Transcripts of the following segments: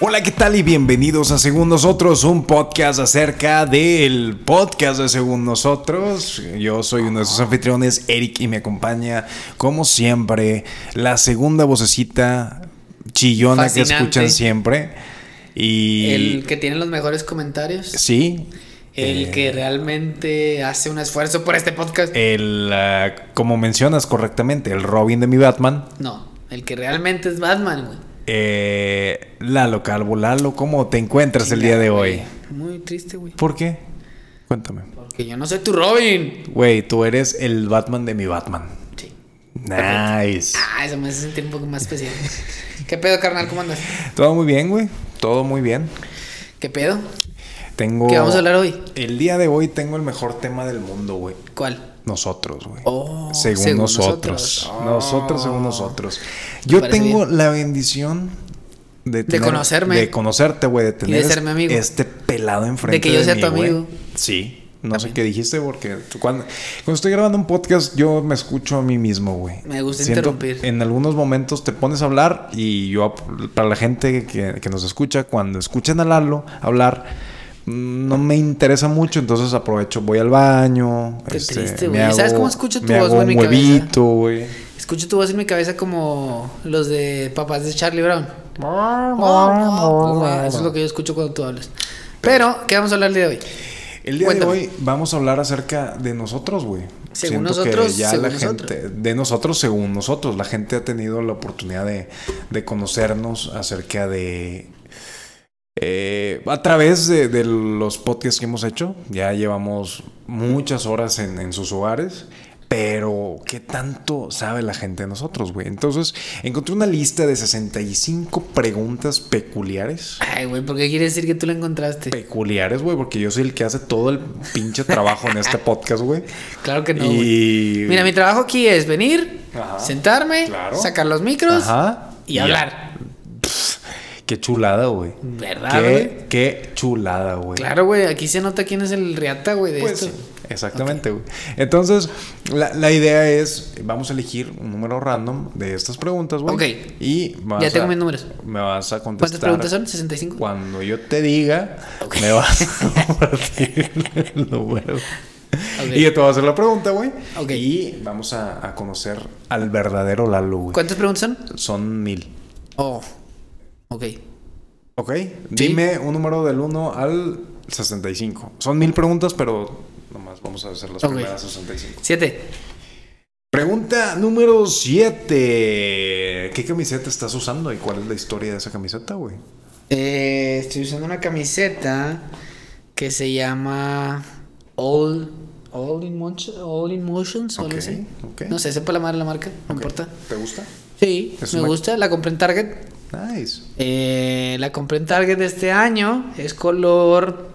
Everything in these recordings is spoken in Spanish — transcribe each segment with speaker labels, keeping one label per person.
Speaker 1: Hola, ¿qué tal? Y bienvenidos a Según Nosotros, un podcast acerca del podcast de Según Nosotros. Yo soy uno de sus anfitriones, Eric, y me acompaña, como siempre, la segunda vocecita chillona que
Speaker 2: Fascinante.
Speaker 1: escuchan siempre. Y.
Speaker 2: El que tiene los mejores comentarios.
Speaker 1: Sí.
Speaker 2: El
Speaker 1: Eh,
Speaker 2: que realmente hace un esfuerzo por este podcast.
Speaker 1: El, ah, como mencionas correctamente, el Robin de mi Batman.
Speaker 2: No, el que realmente es Batman, güey.
Speaker 1: Eh, Lalo Calvo, Lalo, ¿cómo te encuentras el día de
Speaker 2: Chingado,
Speaker 1: hoy?
Speaker 2: güey. Muy triste, güey.
Speaker 1: ¿Por qué? Cuéntame.
Speaker 2: Porque yo no soy tu Robin.
Speaker 1: Güey, tú eres el Batman de mi Batman.
Speaker 2: Sí.
Speaker 1: Nice.
Speaker 2: Ah, eso me hace sentir un poco más especial. ¿Qué pedo, carnal? ¿Cómo andas?
Speaker 1: Todo muy bien, güey. Todo muy bien.
Speaker 2: ¿Qué pedo?
Speaker 1: Tengo.
Speaker 2: ¿Qué vamos a hablar hoy?
Speaker 1: El día de hoy tengo el mejor tema del mundo, güey.
Speaker 2: ¿Cuál?
Speaker 1: Nosotros, güey.
Speaker 2: Oh,
Speaker 1: según,
Speaker 2: según
Speaker 1: nosotros.
Speaker 2: nosotros. Oh.
Speaker 1: Nosotros, según nosotros. Yo
Speaker 2: parece
Speaker 1: tengo la bendición de, tener-
Speaker 2: conocerme.
Speaker 1: De conocerte, güey. De tener
Speaker 2: ser mi amigo.
Speaker 1: este pelado enfrente.
Speaker 2: De que yo sea
Speaker 1: mí,
Speaker 2: tu
Speaker 1: güey.
Speaker 2: amigo.
Speaker 1: Sí. No sé qué dijiste porque tú- cuando, cuando estoy grabando un podcast yo me escucho a mí mismo, güey.
Speaker 2: Me gusta interrumpir.
Speaker 1: En algunos momentos te pones a hablar y yo, ap- para la gente que, que nos escucha, cuando escuchan a Lalo hablar, mm, no me interesa mucho, entonces aprovecho, voy al baño.
Speaker 2: Qué triste, güey. ¿Sabes cómo escucho tu
Speaker 1: Este, me
Speaker 2: voz,
Speaker 1: hago
Speaker 2: güey, en
Speaker 1: un
Speaker 2: mi cabeza?
Speaker 1: huevito, güey.
Speaker 2: Escucho tu voz en mi cabeza como los de papás de Charlie Brown. Eso es lo que yo escucho cuando tú hablas. Pero, ¿qué vamos a hablar el día de hoy?
Speaker 1: El día
Speaker 2: Cuéntame.
Speaker 1: de hoy vamos a hablar acerca de nosotros, güey.
Speaker 2: Según nosotros, según
Speaker 1: la
Speaker 2: nosotros.
Speaker 1: gente, de nosotros según nosotros, la gente ha tenido la oportunidad de, de conocernos acerca de... eh, a través de, de los podcasts que hemos hecho, ya llevamos muchas horas en, en sus hogares, pero ¿qué tanto sabe la gente de nosotros, güey? Entonces, encontré una lista de 65 preguntas peculiares
Speaker 2: Ay, güey, ¿por qué quiere decir que tú la encontraste?
Speaker 1: peculiares, güey, porque yo soy el que hace todo el pinche trabajo en este podcast, güey.
Speaker 2: Claro que no,
Speaker 1: y
Speaker 2: güey. Mira, mi trabajo aquí es venir,
Speaker 1: Ajá.
Speaker 2: sentarme,
Speaker 1: Claro.
Speaker 2: sacar los micros
Speaker 1: Ajá.
Speaker 2: y
Speaker 1: Ya.
Speaker 2: hablar.
Speaker 1: Qué chulada, güey.
Speaker 2: ¿Verdad, güey?
Speaker 1: Qué, qué chulada, güey.
Speaker 2: Claro, güey, aquí se nota quién es el riata, güey, de
Speaker 1: Pues,
Speaker 2: esto.
Speaker 1: sí, exactamente, güey. Entonces, la, la idea es, vamos a elegir un número random de estas preguntas, güey.
Speaker 2: Ok.
Speaker 1: Y vas
Speaker 2: Ya tengo
Speaker 1: a-
Speaker 2: mis números.
Speaker 1: Me vas a
Speaker 2: ¿Cuántas
Speaker 1: contestar.
Speaker 2: preguntas son? ¿65?
Speaker 1: Cuando yo te diga,
Speaker 2: Ok.
Speaker 1: me vas a compartir el número.
Speaker 2: Ok.
Speaker 1: Y yo te voy a hacer la pregunta, güey.
Speaker 2: Ok.
Speaker 1: Y vamos a, a conocer al verdadero Lalo, güey.
Speaker 2: ¿Cuántas preguntas son?
Speaker 1: Son mil.
Speaker 2: Oh, ok.
Speaker 1: ¿Ok? Dime un número del 1 al 65. Son mil preguntas, pero nomás vamos a hacer las
Speaker 2: Ok.
Speaker 1: primeras 65.
Speaker 2: Siete.
Speaker 1: Pregunta número 7. ¿Qué camiseta estás usando y cuál es la historia de esa camiseta, güey?
Speaker 2: Eh, estoy usando una camiseta que se llama All, All, in, Motion, All in Motions o algo
Speaker 1: Ok,
Speaker 2: así.
Speaker 1: ok.
Speaker 2: No sé, sepa la madre la marca, no importa.
Speaker 1: ¿Te gusta?
Speaker 2: Sí,
Speaker 1: Es
Speaker 2: me
Speaker 1: una-
Speaker 2: gusta, la compré en Target.
Speaker 1: Nice.
Speaker 2: Eh, la compré en Target de este año, es color,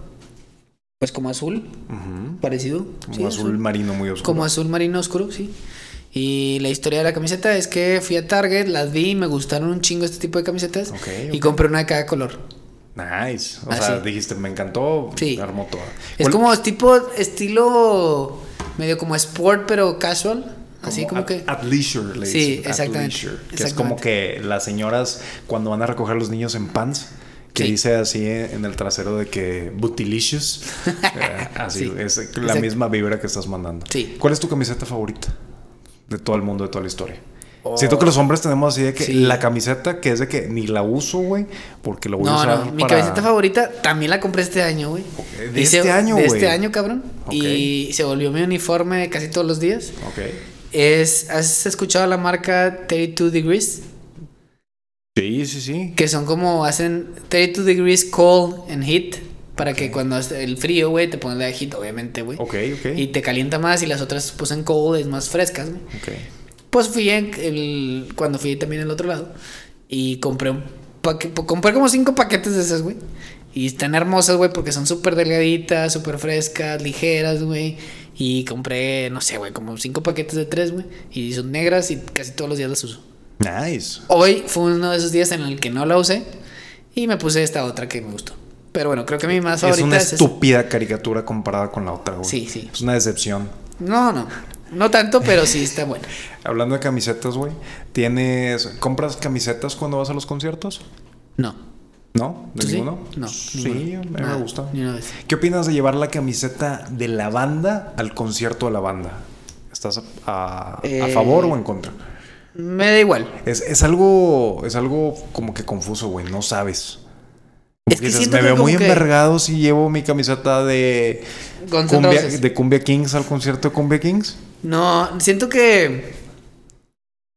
Speaker 2: pues como azul,
Speaker 1: Ujú.
Speaker 2: parecido.
Speaker 1: Como
Speaker 2: sí,
Speaker 1: azul marino muy oscuro.
Speaker 2: Como azul marino oscuro, sí. Y la historia de la camiseta es que fui a Target, las vi y me gustaron un chingo este tipo de camisetas.
Speaker 1: Ok,
Speaker 2: Y
Speaker 1: ok.
Speaker 2: compré una de cada color.
Speaker 1: Nice. O
Speaker 2: Ah,
Speaker 1: sea,
Speaker 2: sí.
Speaker 1: dijiste, me encantó.
Speaker 2: Sí.
Speaker 1: Armó toda.
Speaker 2: Es
Speaker 1: ¿Cuál-
Speaker 2: como tipo, estilo medio como sport, pero casual. Así como
Speaker 1: at-
Speaker 2: que.
Speaker 1: At leisure, le
Speaker 2: Sí,
Speaker 1: dicen, at
Speaker 2: exactamente,
Speaker 1: leisure, que es como que las señoras cuando van a recoger a los niños en pants, que
Speaker 2: Sí.
Speaker 1: dice así en el trasero de que bootylicious. eh, así,
Speaker 2: Sí,
Speaker 1: es la
Speaker 2: exacto.
Speaker 1: misma vibra que estás mandando.
Speaker 2: Sí.
Speaker 1: ¿Cuál es tu camiseta favorita de todo el mundo, de toda la historia? Siento que los hombres tenemos así de que
Speaker 2: Oh. Sí.
Speaker 1: la camiseta que es de que ni la uso, güey, porque la voy a
Speaker 2: No,
Speaker 1: usar
Speaker 2: no, mi
Speaker 1: para-
Speaker 2: camiseta favorita también la compré este año, güey.
Speaker 1: De
Speaker 2: Y se-
Speaker 1: este año,
Speaker 2: De
Speaker 1: güey.
Speaker 2: este año, cabrón.
Speaker 1: Ok.
Speaker 2: Y se volvió mi uniforme casi todos los días.
Speaker 1: Ok.
Speaker 2: Es, ¿Has escuchado la marca 32 Degrees?
Speaker 1: Sí, sí, sí.
Speaker 2: Que son como hacen 32 Degrees Cold and Heat. Para que cuando hace el frío, güey, te ponen la de heat, obviamente, güey.
Speaker 1: Ok, ok.
Speaker 2: Y te calienta más y las otras pues en cold es más frescas, güey.
Speaker 1: Ok.
Speaker 2: Pues fui en el, cuando fui también al otro lado y compré un paque- po- compré como cinco paquetes de esas, güey. Y están hermosas, güey, porque son súper delgaditas, súper frescas, ligeras, güey. Y compré, no sé, güey, como cinco paquetes de tres, güey. Y son negras y casi todos los días las uso.
Speaker 1: Nice.
Speaker 2: Hoy fue uno de esos días en el que no la usé y me puse esta otra que me gustó. Pero bueno, creo que mi más
Speaker 1: Es
Speaker 2: favorita
Speaker 1: una
Speaker 2: es, esa.
Speaker 1: estúpida caricatura comparada con la otra, güey.
Speaker 2: Sí, sí.
Speaker 1: Es una decepción.
Speaker 2: No, no, no tanto, pero sí está buena.
Speaker 1: Hablando de camisetas, güey, ¿tienes. ¿Compras camisetas cuando vas a los conciertos?
Speaker 2: No.
Speaker 1: ¿No? ¿De
Speaker 2: ¿Tú sí?
Speaker 1: ninguno?
Speaker 2: No,
Speaker 1: Sí,
Speaker 2: ninguno.
Speaker 1: a mí
Speaker 2: Nada,
Speaker 1: me gusta.
Speaker 2: ni una vez.
Speaker 1: ¿Qué opinas de llevar la camiseta de la banda al concierto de la banda? ¿Estás a, a- a
Speaker 2: Eh.
Speaker 1: favor o en contra?
Speaker 2: Me da igual.
Speaker 1: Es, es algo es algo como que confuso, güey. No sabes. Como
Speaker 2: Es
Speaker 1: que
Speaker 2: que
Speaker 1: dices,
Speaker 2: siento
Speaker 1: me
Speaker 2: que
Speaker 1: veo
Speaker 2: como
Speaker 1: muy
Speaker 2: que-
Speaker 1: envergado si llevo mi camiseta de
Speaker 2: Guns N'
Speaker 1: cumbia,
Speaker 2: Roses.
Speaker 1: de Cumbia Kings al concierto de Cumbia Kings.
Speaker 2: No, siento que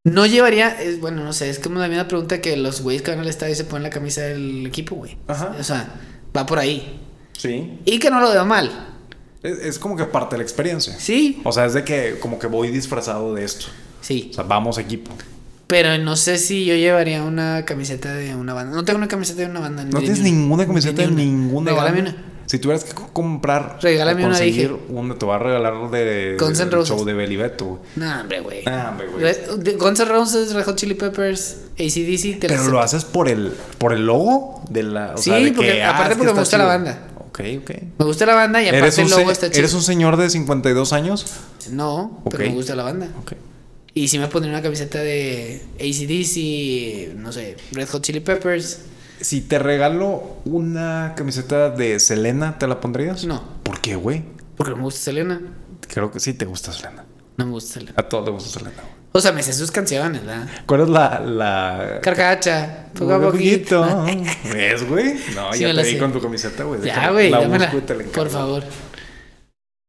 Speaker 2: no llevaría, es, bueno, no sé, es como la misma pregunta que los güeyes que van al estadio y se ponen la camisa del equipo, güey.
Speaker 1: Ajá.
Speaker 2: O sea, va por ahí.
Speaker 1: Sí.
Speaker 2: Y que no lo veo mal.
Speaker 1: Es, es como que parte de la experiencia.
Speaker 2: Sí,
Speaker 1: O sea, es de que como que voy disfrazado de esto.
Speaker 2: sí.
Speaker 1: O sea, vamos equipo.
Speaker 2: Pero no sé si yo llevaría una camiseta de una banda. No tengo una camiseta de una banda.
Speaker 1: No
Speaker 2: ni-
Speaker 1: tienes
Speaker 2: ni una.
Speaker 1: ninguna camiseta de
Speaker 2: Ni una.
Speaker 1: ninguna
Speaker 2: Regálame
Speaker 1: banda. Si tuvieras que co- comprar,
Speaker 2: Regálame
Speaker 1: o
Speaker 2: una,
Speaker 1: conseguir
Speaker 2: dije.
Speaker 1: una, te va a regalar de,
Speaker 2: Guns N'
Speaker 1: del
Speaker 2: Roses.
Speaker 1: show de Belibeto, güey.
Speaker 2: una. No, hombre, güey.
Speaker 1: Ah, hombre, güey.
Speaker 2: Re- de- Guns N' Roses, Red Hot Chili Peppers, ACDC, te la
Speaker 1: Pero
Speaker 2: acepto.
Speaker 1: lo haces por el, por el logo de la. O
Speaker 2: Sí,
Speaker 1: sea, de
Speaker 2: porque-
Speaker 1: que, ah, es
Speaker 2: aparte
Speaker 1: que
Speaker 2: porque me
Speaker 1: está
Speaker 2: gusta la
Speaker 1: chido.
Speaker 2: banda.
Speaker 1: Ok, ok.
Speaker 2: Me gusta la banda y
Speaker 1: ¿Eres
Speaker 2: aparte
Speaker 1: un,
Speaker 2: el logo
Speaker 1: se-
Speaker 2: está chido.
Speaker 1: ¿Eres un señor de 52 años?
Speaker 2: No, pero
Speaker 1: Ok.
Speaker 2: me gusta la banda.
Speaker 1: Ok.
Speaker 2: Y si me pondría una camiseta de ACDC, no sé, Red Hot Chili Peppers.
Speaker 1: Si te regalo una camiseta de Selena, ¿te la pondrías?
Speaker 2: No.
Speaker 1: ¿Por qué, güey?
Speaker 2: Porque no me gusta Selena.
Speaker 1: Creo que sí te gusta Selena.
Speaker 2: No me gusta Selena.
Speaker 1: A todos te gusta Selena. güey.
Speaker 2: O sea, me sé sus canciones, ¿verdad?
Speaker 1: ¿Cuál es la. la...
Speaker 2: Carcacha, poco
Speaker 1: Un
Speaker 2: a poquito.
Speaker 1: poquito. ¿Ves, güey? No,
Speaker 2: Sí,
Speaker 1: ya te
Speaker 2: me la
Speaker 1: vi
Speaker 2: sé.
Speaker 1: con tu camiseta, güey.
Speaker 2: Ya,
Speaker 1: Déjame-
Speaker 2: güey,
Speaker 1: La
Speaker 2: dámela,
Speaker 1: busco y te la encargo.
Speaker 2: Por favor.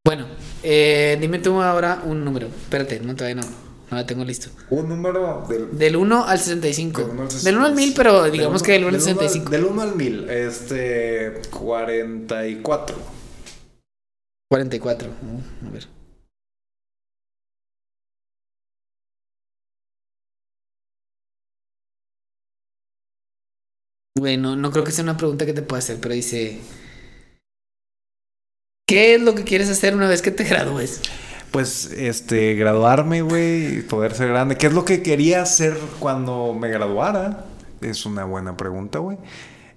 Speaker 2: Bueno, eh, dime tú ahora un número. Espérate, no, todavía no. No la tengo listo.
Speaker 1: Un número del
Speaker 2: Del 1 al 65. Del 1 al 1000, pero digamos que del 1 al 65.
Speaker 1: Del 1 al 1000, este 44.
Speaker 2: 44. Uh, a ver. Bueno, no creo que sea una pregunta que te pueda hacer, pero dice... ¿Qué es lo que quieres hacer una vez que te gradúes?
Speaker 1: Pues este graduarme, güey, y poder ser grande. ¿Qué es lo que quería hacer cuando me graduara? Es una buena pregunta, güey.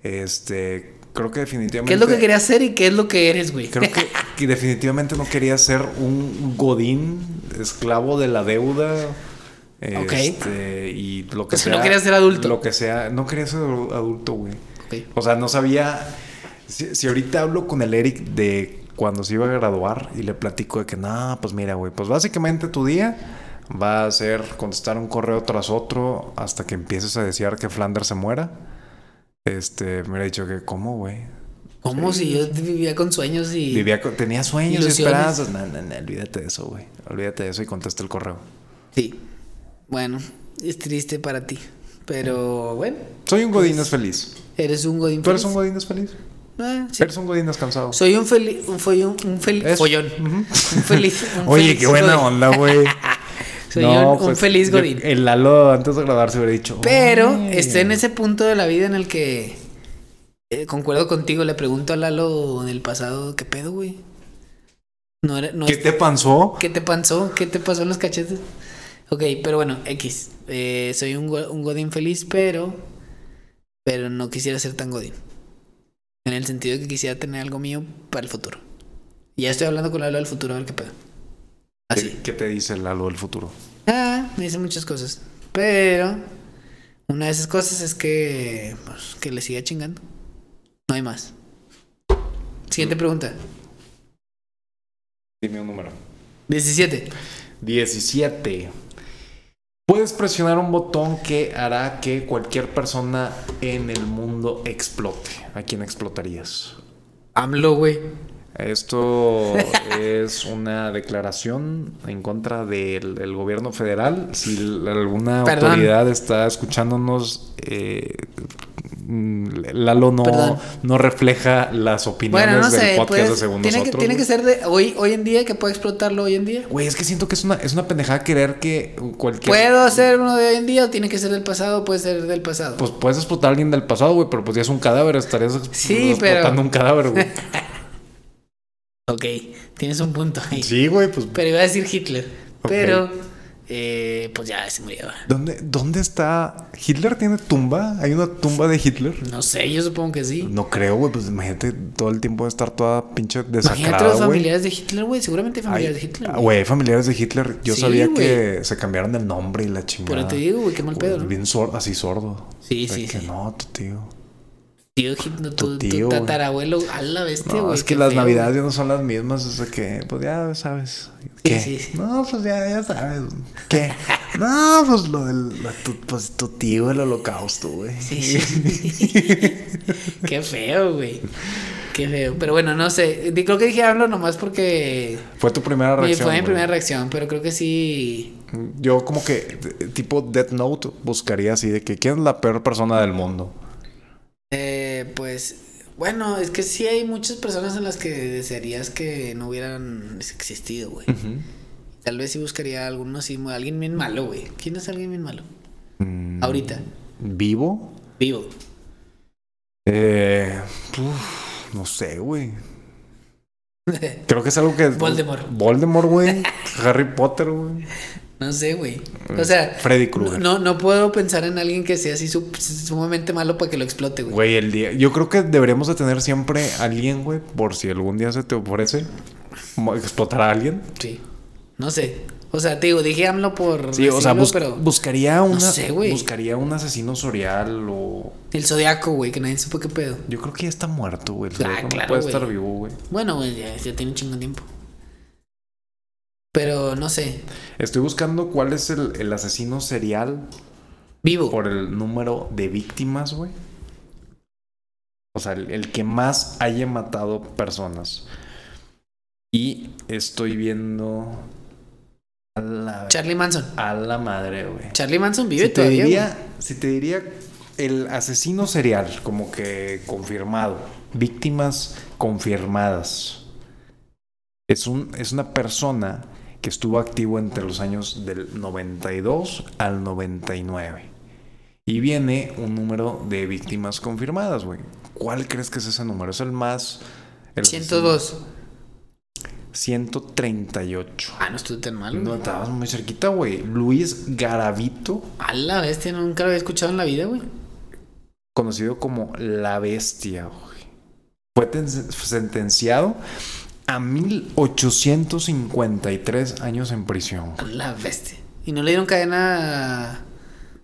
Speaker 1: Este, creo que definitivamente
Speaker 2: ¿Qué es lo que querías hacer y qué es lo que eres, güey?
Speaker 1: Creo que, que definitivamente no quería ser un godín esclavo de la deuda.
Speaker 2: Ok.
Speaker 1: Este, y lo que
Speaker 2: O sea,
Speaker 1: sea.
Speaker 2: no querías ser adulto.
Speaker 1: Lo que sea. No quería ser adulto, güey.
Speaker 2: Ok.
Speaker 1: O sea, no sabía. Si, si ahorita hablo con el Eric de cuando se iba a graduar y le platico de que, no, pues mira, güey, pues básicamente tu día va a ser contestar un correo tras otro hasta que empieces a desear que Flanders se muera. Este, me hubiera dicho que, ¿cómo, güey?
Speaker 2: ¿Cómo si yo vivía con sueños y...
Speaker 1: Vivía con- tenía sueños
Speaker 2: Ilusiones.
Speaker 1: y esperanzas. No, no, no, olvídate de eso, güey. Olvídate de eso y contesta el correo.
Speaker 2: Sí. Bueno, es triste para ti. Pero bueno, Pues,
Speaker 1: Soy un Godínez feliz.
Speaker 2: eres un godín.
Speaker 1: ¿Tú eres un
Speaker 2: feliz.
Speaker 1: Godínez feliz?
Speaker 2: Ah, sí.
Speaker 1: Eres un Godínez cansado.
Speaker 2: Soy un feliz, un, follón- un, feliz
Speaker 1: Eso.
Speaker 2: follón.
Speaker 1: Ujú.
Speaker 2: Un feliz. un
Speaker 1: Oye,
Speaker 2: feliz
Speaker 1: qué buena
Speaker 2: godín.
Speaker 1: onda, güey.
Speaker 2: Soy un- un feliz
Speaker 1: pues, yo-
Speaker 2: godín.
Speaker 1: el Lalo antes de grabar se hubiera dicho.
Speaker 2: Pero
Speaker 1: "Oye".
Speaker 2: estoy en ese punto de la vida en el que eh, concuerdo contigo. Le pregunto a Lalo en el pasado, ¿qué pedo, güey? No era, no
Speaker 1: ¿Qué
Speaker 2: es-
Speaker 1: te pasó?
Speaker 2: ¿Qué te pasó? ¿Qué te pasó en los cachetes? Ok, pero bueno, X. Eh, soy un, go- un godín feliz, pero. Pero no quisiera ser tan godín. En el sentido de que quisiera tener algo mío para el futuro. Ya estoy hablando con Lalo del futuro, a ver qué pedo. Así.
Speaker 1: ¿Qué, qué te dice el Lalo del futuro?
Speaker 2: Ah, me dicen muchas cosas. Pero. Una de esas cosas es que. pues, que le siga chingando. No hay más. Siguiente pregunta.
Speaker 1: Dime un número.
Speaker 2: 17.
Speaker 1: 17. Puedes presionar un botón que hará que cualquier persona en el mundo explote. ¿A quién explotarías?
Speaker 2: AMLO, güey.
Speaker 1: Esto es una declaración en contra del, del gobierno federal. Si l- alguna
Speaker 2: Perdón.
Speaker 1: autoridad está escuchándonos, eh, mm, Lalo
Speaker 2: Perdón.
Speaker 1: no, no refleja las opiniones
Speaker 2: Bueno, no
Speaker 1: del
Speaker 2: sé,
Speaker 1: podcast de
Speaker 2: puedes-
Speaker 1: Según
Speaker 2: tiene, que,
Speaker 1: Nosotros,
Speaker 2: tiene
Speaker 1: güey.
Speaker 2: que ser de hoy, hoy en día que pueda explotarlo hoy en día.
Speaker 1: Güey, es que siento que es una, es una pendejada querer que cualquier...
Speaker 2: ¿Puedo hacer uno de hoy en día o tiene que ser del pasado? Puede ser del pasado.
Speaker 1: Pues puedes explotar a alguien del pasado, güey, pero pues ya es un cadáver, estarías ex-
Speaker 2: Sí, pero-
Speaker 1: explotando un cadáver, güey.
Speaker 2: ok, tienes un punto ahí.
Speaker 1: sí, güey, pues.
Speaker 2: Pero iba a decir Hitler.
Speaker 1: Ok.
Speaker 2: Pero, eh, pues ya se murió.
Speaker 1: ¿Dónde, ¿Dónde está? ¿Hitler tiene tumba? ¿Hay una tumba de Hitler?
Speaker 2: No sé, yo supongo que sí.
Speaker 1: No creo, güey, pues imagínate todo el tiempo de estar toda pinche
Speaker 2: Imagínate
Speaker 1: desacrada,
Speaker 2: los
Speaker 1: Ah, güey.
Speaker 2: familiares de Hitler, güey. Seguramente hay familiares
Speaker 1: Ay,
Speaker 2: de Hitler.
Speaker 1: ah,
Speaker 2: güey.
Speaker 1: Güey, familiares de Hitler. Yo
Speaker 2: Sí,
Speaker 1: sabía
Speaker 2: güey.
Speaker 1: que se cambiaron el nombre y la chingada.
Speaker 2: Pero te digo, güey, qué mal
Speaker 1: Güey,
Speaker 2: pedo, ¿no?
Speaker 1: Bien sordo, así sordo.
Speaker 2: Sí,
Speaker 1: De
Speaker 2: sí,
Speaker 1: que
Speaker 2: sí.
Speaker 1: No, tu tío.
Speaker 2: tío egipcio, tu, tu
Speaker 1: tío, güey.
Speaker 2: tatarabuelo, a la bestia,
Speaker 1: No,
Speaker 2: güey.
Speaker 1: es que
Speaker 2: qué
Speaker 1: las
Speaker 2: feo,
Speaker 1: navidades ya no son las mismas, o sea que, pues ya sabes. ¿Qué?
Speaker 2: sí, sí.
Speaker 1: No, pues ya, ya sabes. ¿Qué? no, pues lo del, la- tu, pues, tu tío, el holocausto, güey.
Speaker 2: Sí, sí. Qué feo, güey. Qué feo. Pero bueno, no sé. Di- Creo que dije hablo nomás porque
Speaker 1: Fue tu primera
Speaker 2: me-
Speaker 1: reacción.
Speaker 2: fue mi
Speaker 1: güey.
Speaker 2: primera reacción, pero creo que sí.
Speaker 1: Yo como que, eh, tipo Death Note, buscaría así de que, ¿quién es la peor persona del mundo?
Speaker 2: Eh, pues bueno, es que sí hay muchas personas en las que desearías que no hubieran existido, güey. Tal vez sí buscaría alguno así, alguien bien malo, güey. ¿Quién es alguien bien malo?
Speaker 1: Mm,
Speaker 2: Ahorita,
Speaker 1: ¿Vivo?
Speaker 2: vivo.
Speaker 1: Eh, uf, no sé, güey. Creo que es algo que...
Speaker 2: Voldemort.
Speaker 1: Voldemort, güey. Harry Potter, güey.
Speaker 2: No sé, güey. O sea,
Speaker 1: Eh, Freddy Krueger.
Speaker 2: No, no puedo pensar en alguien que sea así sup- sumamente malo para que lo explote, güey.
Speaker 1: Güey, el día. Yo creo que deberíamos de tener siempre a alguien, güey, por si algún día se te ofrece mo- explotar a alguien.
Speaker 2: Sí. No sé. O sea, te digo, dije AMLO por.
Speaker 1: Sí, o sea,
Speaker 2: decirlo,
Speaker 1: bus- buscaría una,
Speaker 2: sé, güey.
Speaker 1: buscaría un asesino serial o.
Speaker 2: El zodiaco, güey, que nadie supo qué pedo.
Speaker 1: Yo creo que ya está muerto, güey. el
Speaker 2: Ah,
Speaker 1: Zodíaco no
Speaker 2: claro,
Speaker 1: puede
Speaker 2: güey.
Speaker 1: estar vivo, güey.
Speaker 2: Bueno, güey, ya, ya tiene un chingo de tiempo. Pero no sé.
Speaker 1: Estoy buscando cuál es el, el asesino serial
Speaker 2: Vivo.
Speaker 1: por el número de víctimas, güey. O sea, el, el que más haya matado personas. Y estoy viendo. A la
Speaker 2: Charlie Manson.
Speaker 1: A la madre, güey.
Speaker 2: Charlie Manson vive
Speaker 1: Si te
Speaker 2: todavía.
Speaker 1: diría, si te diría el asesino serial, como que confirmado, víctimas confirmadas. Es, un, es una persona que estuvo activo entre los años del 92 al 99. Y viene un número de víctimas confirmadas, güey. ¿Cuál crees que es ese número? Es el más... el
Speaker 2: güey. 102.
Speaker 1: 138.
Speaker 2: Ah, no estuvo tan mal.
Speaker 1: No,
Speaker 2: güey.
Speaker 1: estabas muy cerquita, güey. Luis Garavito
Speaker 2: A la bestia, nunca lo había escuchado en la vida, güey.
Speaker 1: conocido como La Bestia. güey. Fue ten- sentenciado a 1853 años en prisión.
Speaker 2: A la bestia. Y no le dieron cadena.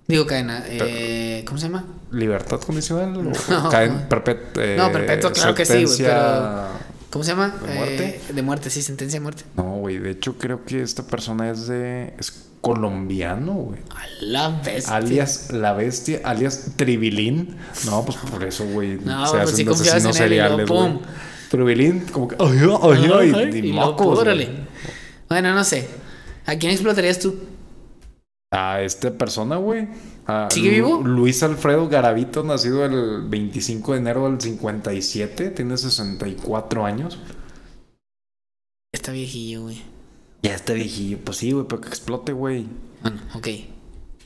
Speaker 2: Digo cadena. eh, ¿Cómo se llama?
Speaker 1: ¿Libertad condicional? o
Speaker 2: No.
Speaker 1: caen perpet- eh,
Speaker 2: No, perpetua, claro que sí, güey,
Speaker 1: sentencia-
Speaker 2: ¿Cómo se llama?
Speaker 1: ¿De muerte?
Speaker 2: Eh, de muerte, sí, sentencia de muerte.
Speaker 1: No, güey, de hecho creo que esta persona es de... es colombiano, güey.
Speaker 2: A la bestia.
Speaker 1: Alias La Bestia, alias Tribilín. No, pues por eso, güey.
Speaker 2: No,
Speaker 1: se
Speaker 2: pues
Speaker 1: hacen
Speaker 2: sí
Speaker 1: de
Speaker 2: confiabas
Speaker 1: asesinos
Speaker 2: en él y luego
Speaker 1: seriales, güey.
Speaker 2: pum.
Speaker 1: Tribilín, como que... Ay, ay, ay,
Speaker 2: Ajá,
Speaker 1: y
Speaker 2: y luego,
Speaker 1: mocos, güey.
Speaker 2: órale. Bueno, no sé. ¿A quién explotarías tú?
Speaker 1: A esta persona, güey. A
Speaker 2: ¿Sigue vivo?
Speaker 1: Luis Alfredo Garavito, nacido el 25 de enero del 57, tiene 64 años.
Speaker 2: Está viejillo, güey.
Speaker 1: Ya está viejillo, pues sí, güey, pero que explote, güey.
Speaker 2: Bueno, ok.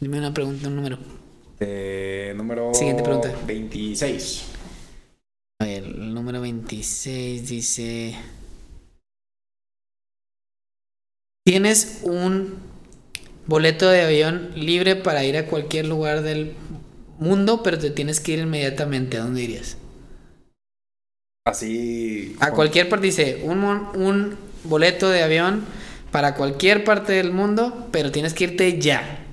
Speaker 2: Dime una pregunta, un número.
Speaker 1: Eh, número
Speaker 2: Siguiente pregunta.
Speaker 1: 26.
Speaker 2: A ver, el número 26 dice... Tienes un boleto de avión libre para ir a cualquier lugar del mundo, pero te tienes que ir inmediatamente. ¿A dónde irías?
Speaker 1: Así.
Speaker 2: A cualquier parte dice, un, mon- un boleto de avión para cualquier parte del mundo, pero tienes que irte ya.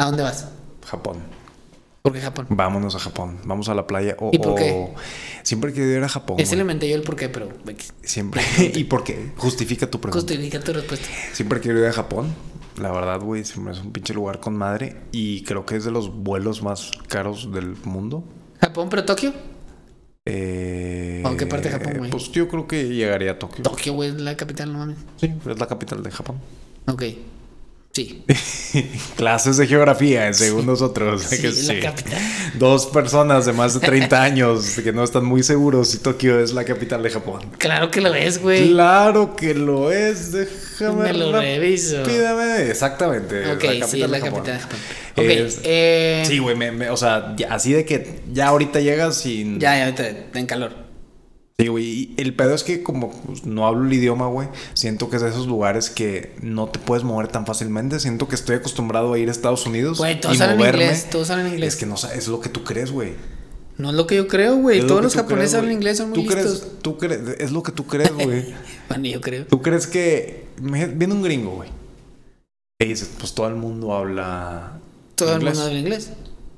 Speaker 2: ¿A dónde vas?
Speaker 1: Japón.
Speaker 2: Porque Japón.
Speaker 1: Vámonos a Japón. Vamos a la playa. O,
Speaker 2: ¿Y por
Speaker 1: o-
Speaker 2: qué?
Speaker 1: Siempre he querido ir a Japón.
Speaker 2: Ese le
Speaker 1: güey.
Speaker 2: inventé yo el porqué, pero X.
Speaker 1: Siempre. ¿Y por qué? Justifica tu pregunta.
Speaker 2: justifica tu respuesta.
Speaker 1: Siempre quiero ir a Japón. La verdad, güey, se me hace un pinche lugar con madre. Y creo que es de los vuelos más caros del mundo.
Speaker 2: Japón, pero Tokio.
Speaker 1: Eh,
Speaker 2: ¿A qué parte de Japón, güey?
Speaker 1: Pues yo creo que llegaría a Tokio.
Speaker 2: Tokio, güey, es la capital, no mames.
Speaker 1: Sí, es la capital de Japón.
Speaker 2: Ok. Sí.
Speaker 1: Clases de geografía, eh, según nosotros.
Speaker 2: Sí,
Speaker 1: que
Speaker 2: es la
Speaker 1: sí.
Speaker 2: capital.
Speaker 1: Dos personas de más de 30 años que no están muy seguros si Tokio es la capital de Japón.
Speaker 2: Claro que lo es, güey.
Speaker 1: Claro que lo es, déjame
Speaker 2: Me lo reviso.
Speaker 1: rápidamente. Exactamente.
Speaker 2: Ok, sí, es la capital de Japón. Ok,
Speaker 1: Es-
Speaker 2: eh,
Speaker 1: Sí, güey, me- me- o sea, ya- así de que ya ahorita llegas y...
Speaker 2: Ya, ya, ahorita, en calor.
Speaker 1: Sí, güey, y el pedo es que como pues, no hablo el idioma, güey, siento que es de esos lugares que no te puedes mover tan fácilmente. Siento que estoy acostumbrado a ir a Estados Unidos
Speaker 2: Güey, todos
Speaker 1: y
Speaker 2: hablan
Speaker 1: moverme.
Speaker 2: inglés, todos hablan inglés.
Speaker 1: Es que no sa- es lo que tú crees, güey.
Speaker 2: No es lo que yo creo, güey.
Speaker 1: Es lo
Speaker 2: Todos
Speaker 1: que
Speaker 2: los
Speaker 1: tú
Speaker 2: japoneses
Speaker 1: crees,
Speaker 2: hablan
Speaker 1: güey.
Speaker 2: inglés, son muy
Speaker 1: ¿Tú crees-
Speaker 2: listos.
Speaker 1: tú crees- es lo que tú crees, güey.
Speaker 2: Bueno, yo creo.
Speaker 1: ¿Tú crees que me- viene un gringo, güey? Y dices, pues todo el mundo habla
Speaker 2: Todo el
Speaker 1: inglés.
Speaker 2: mundo habla inglés.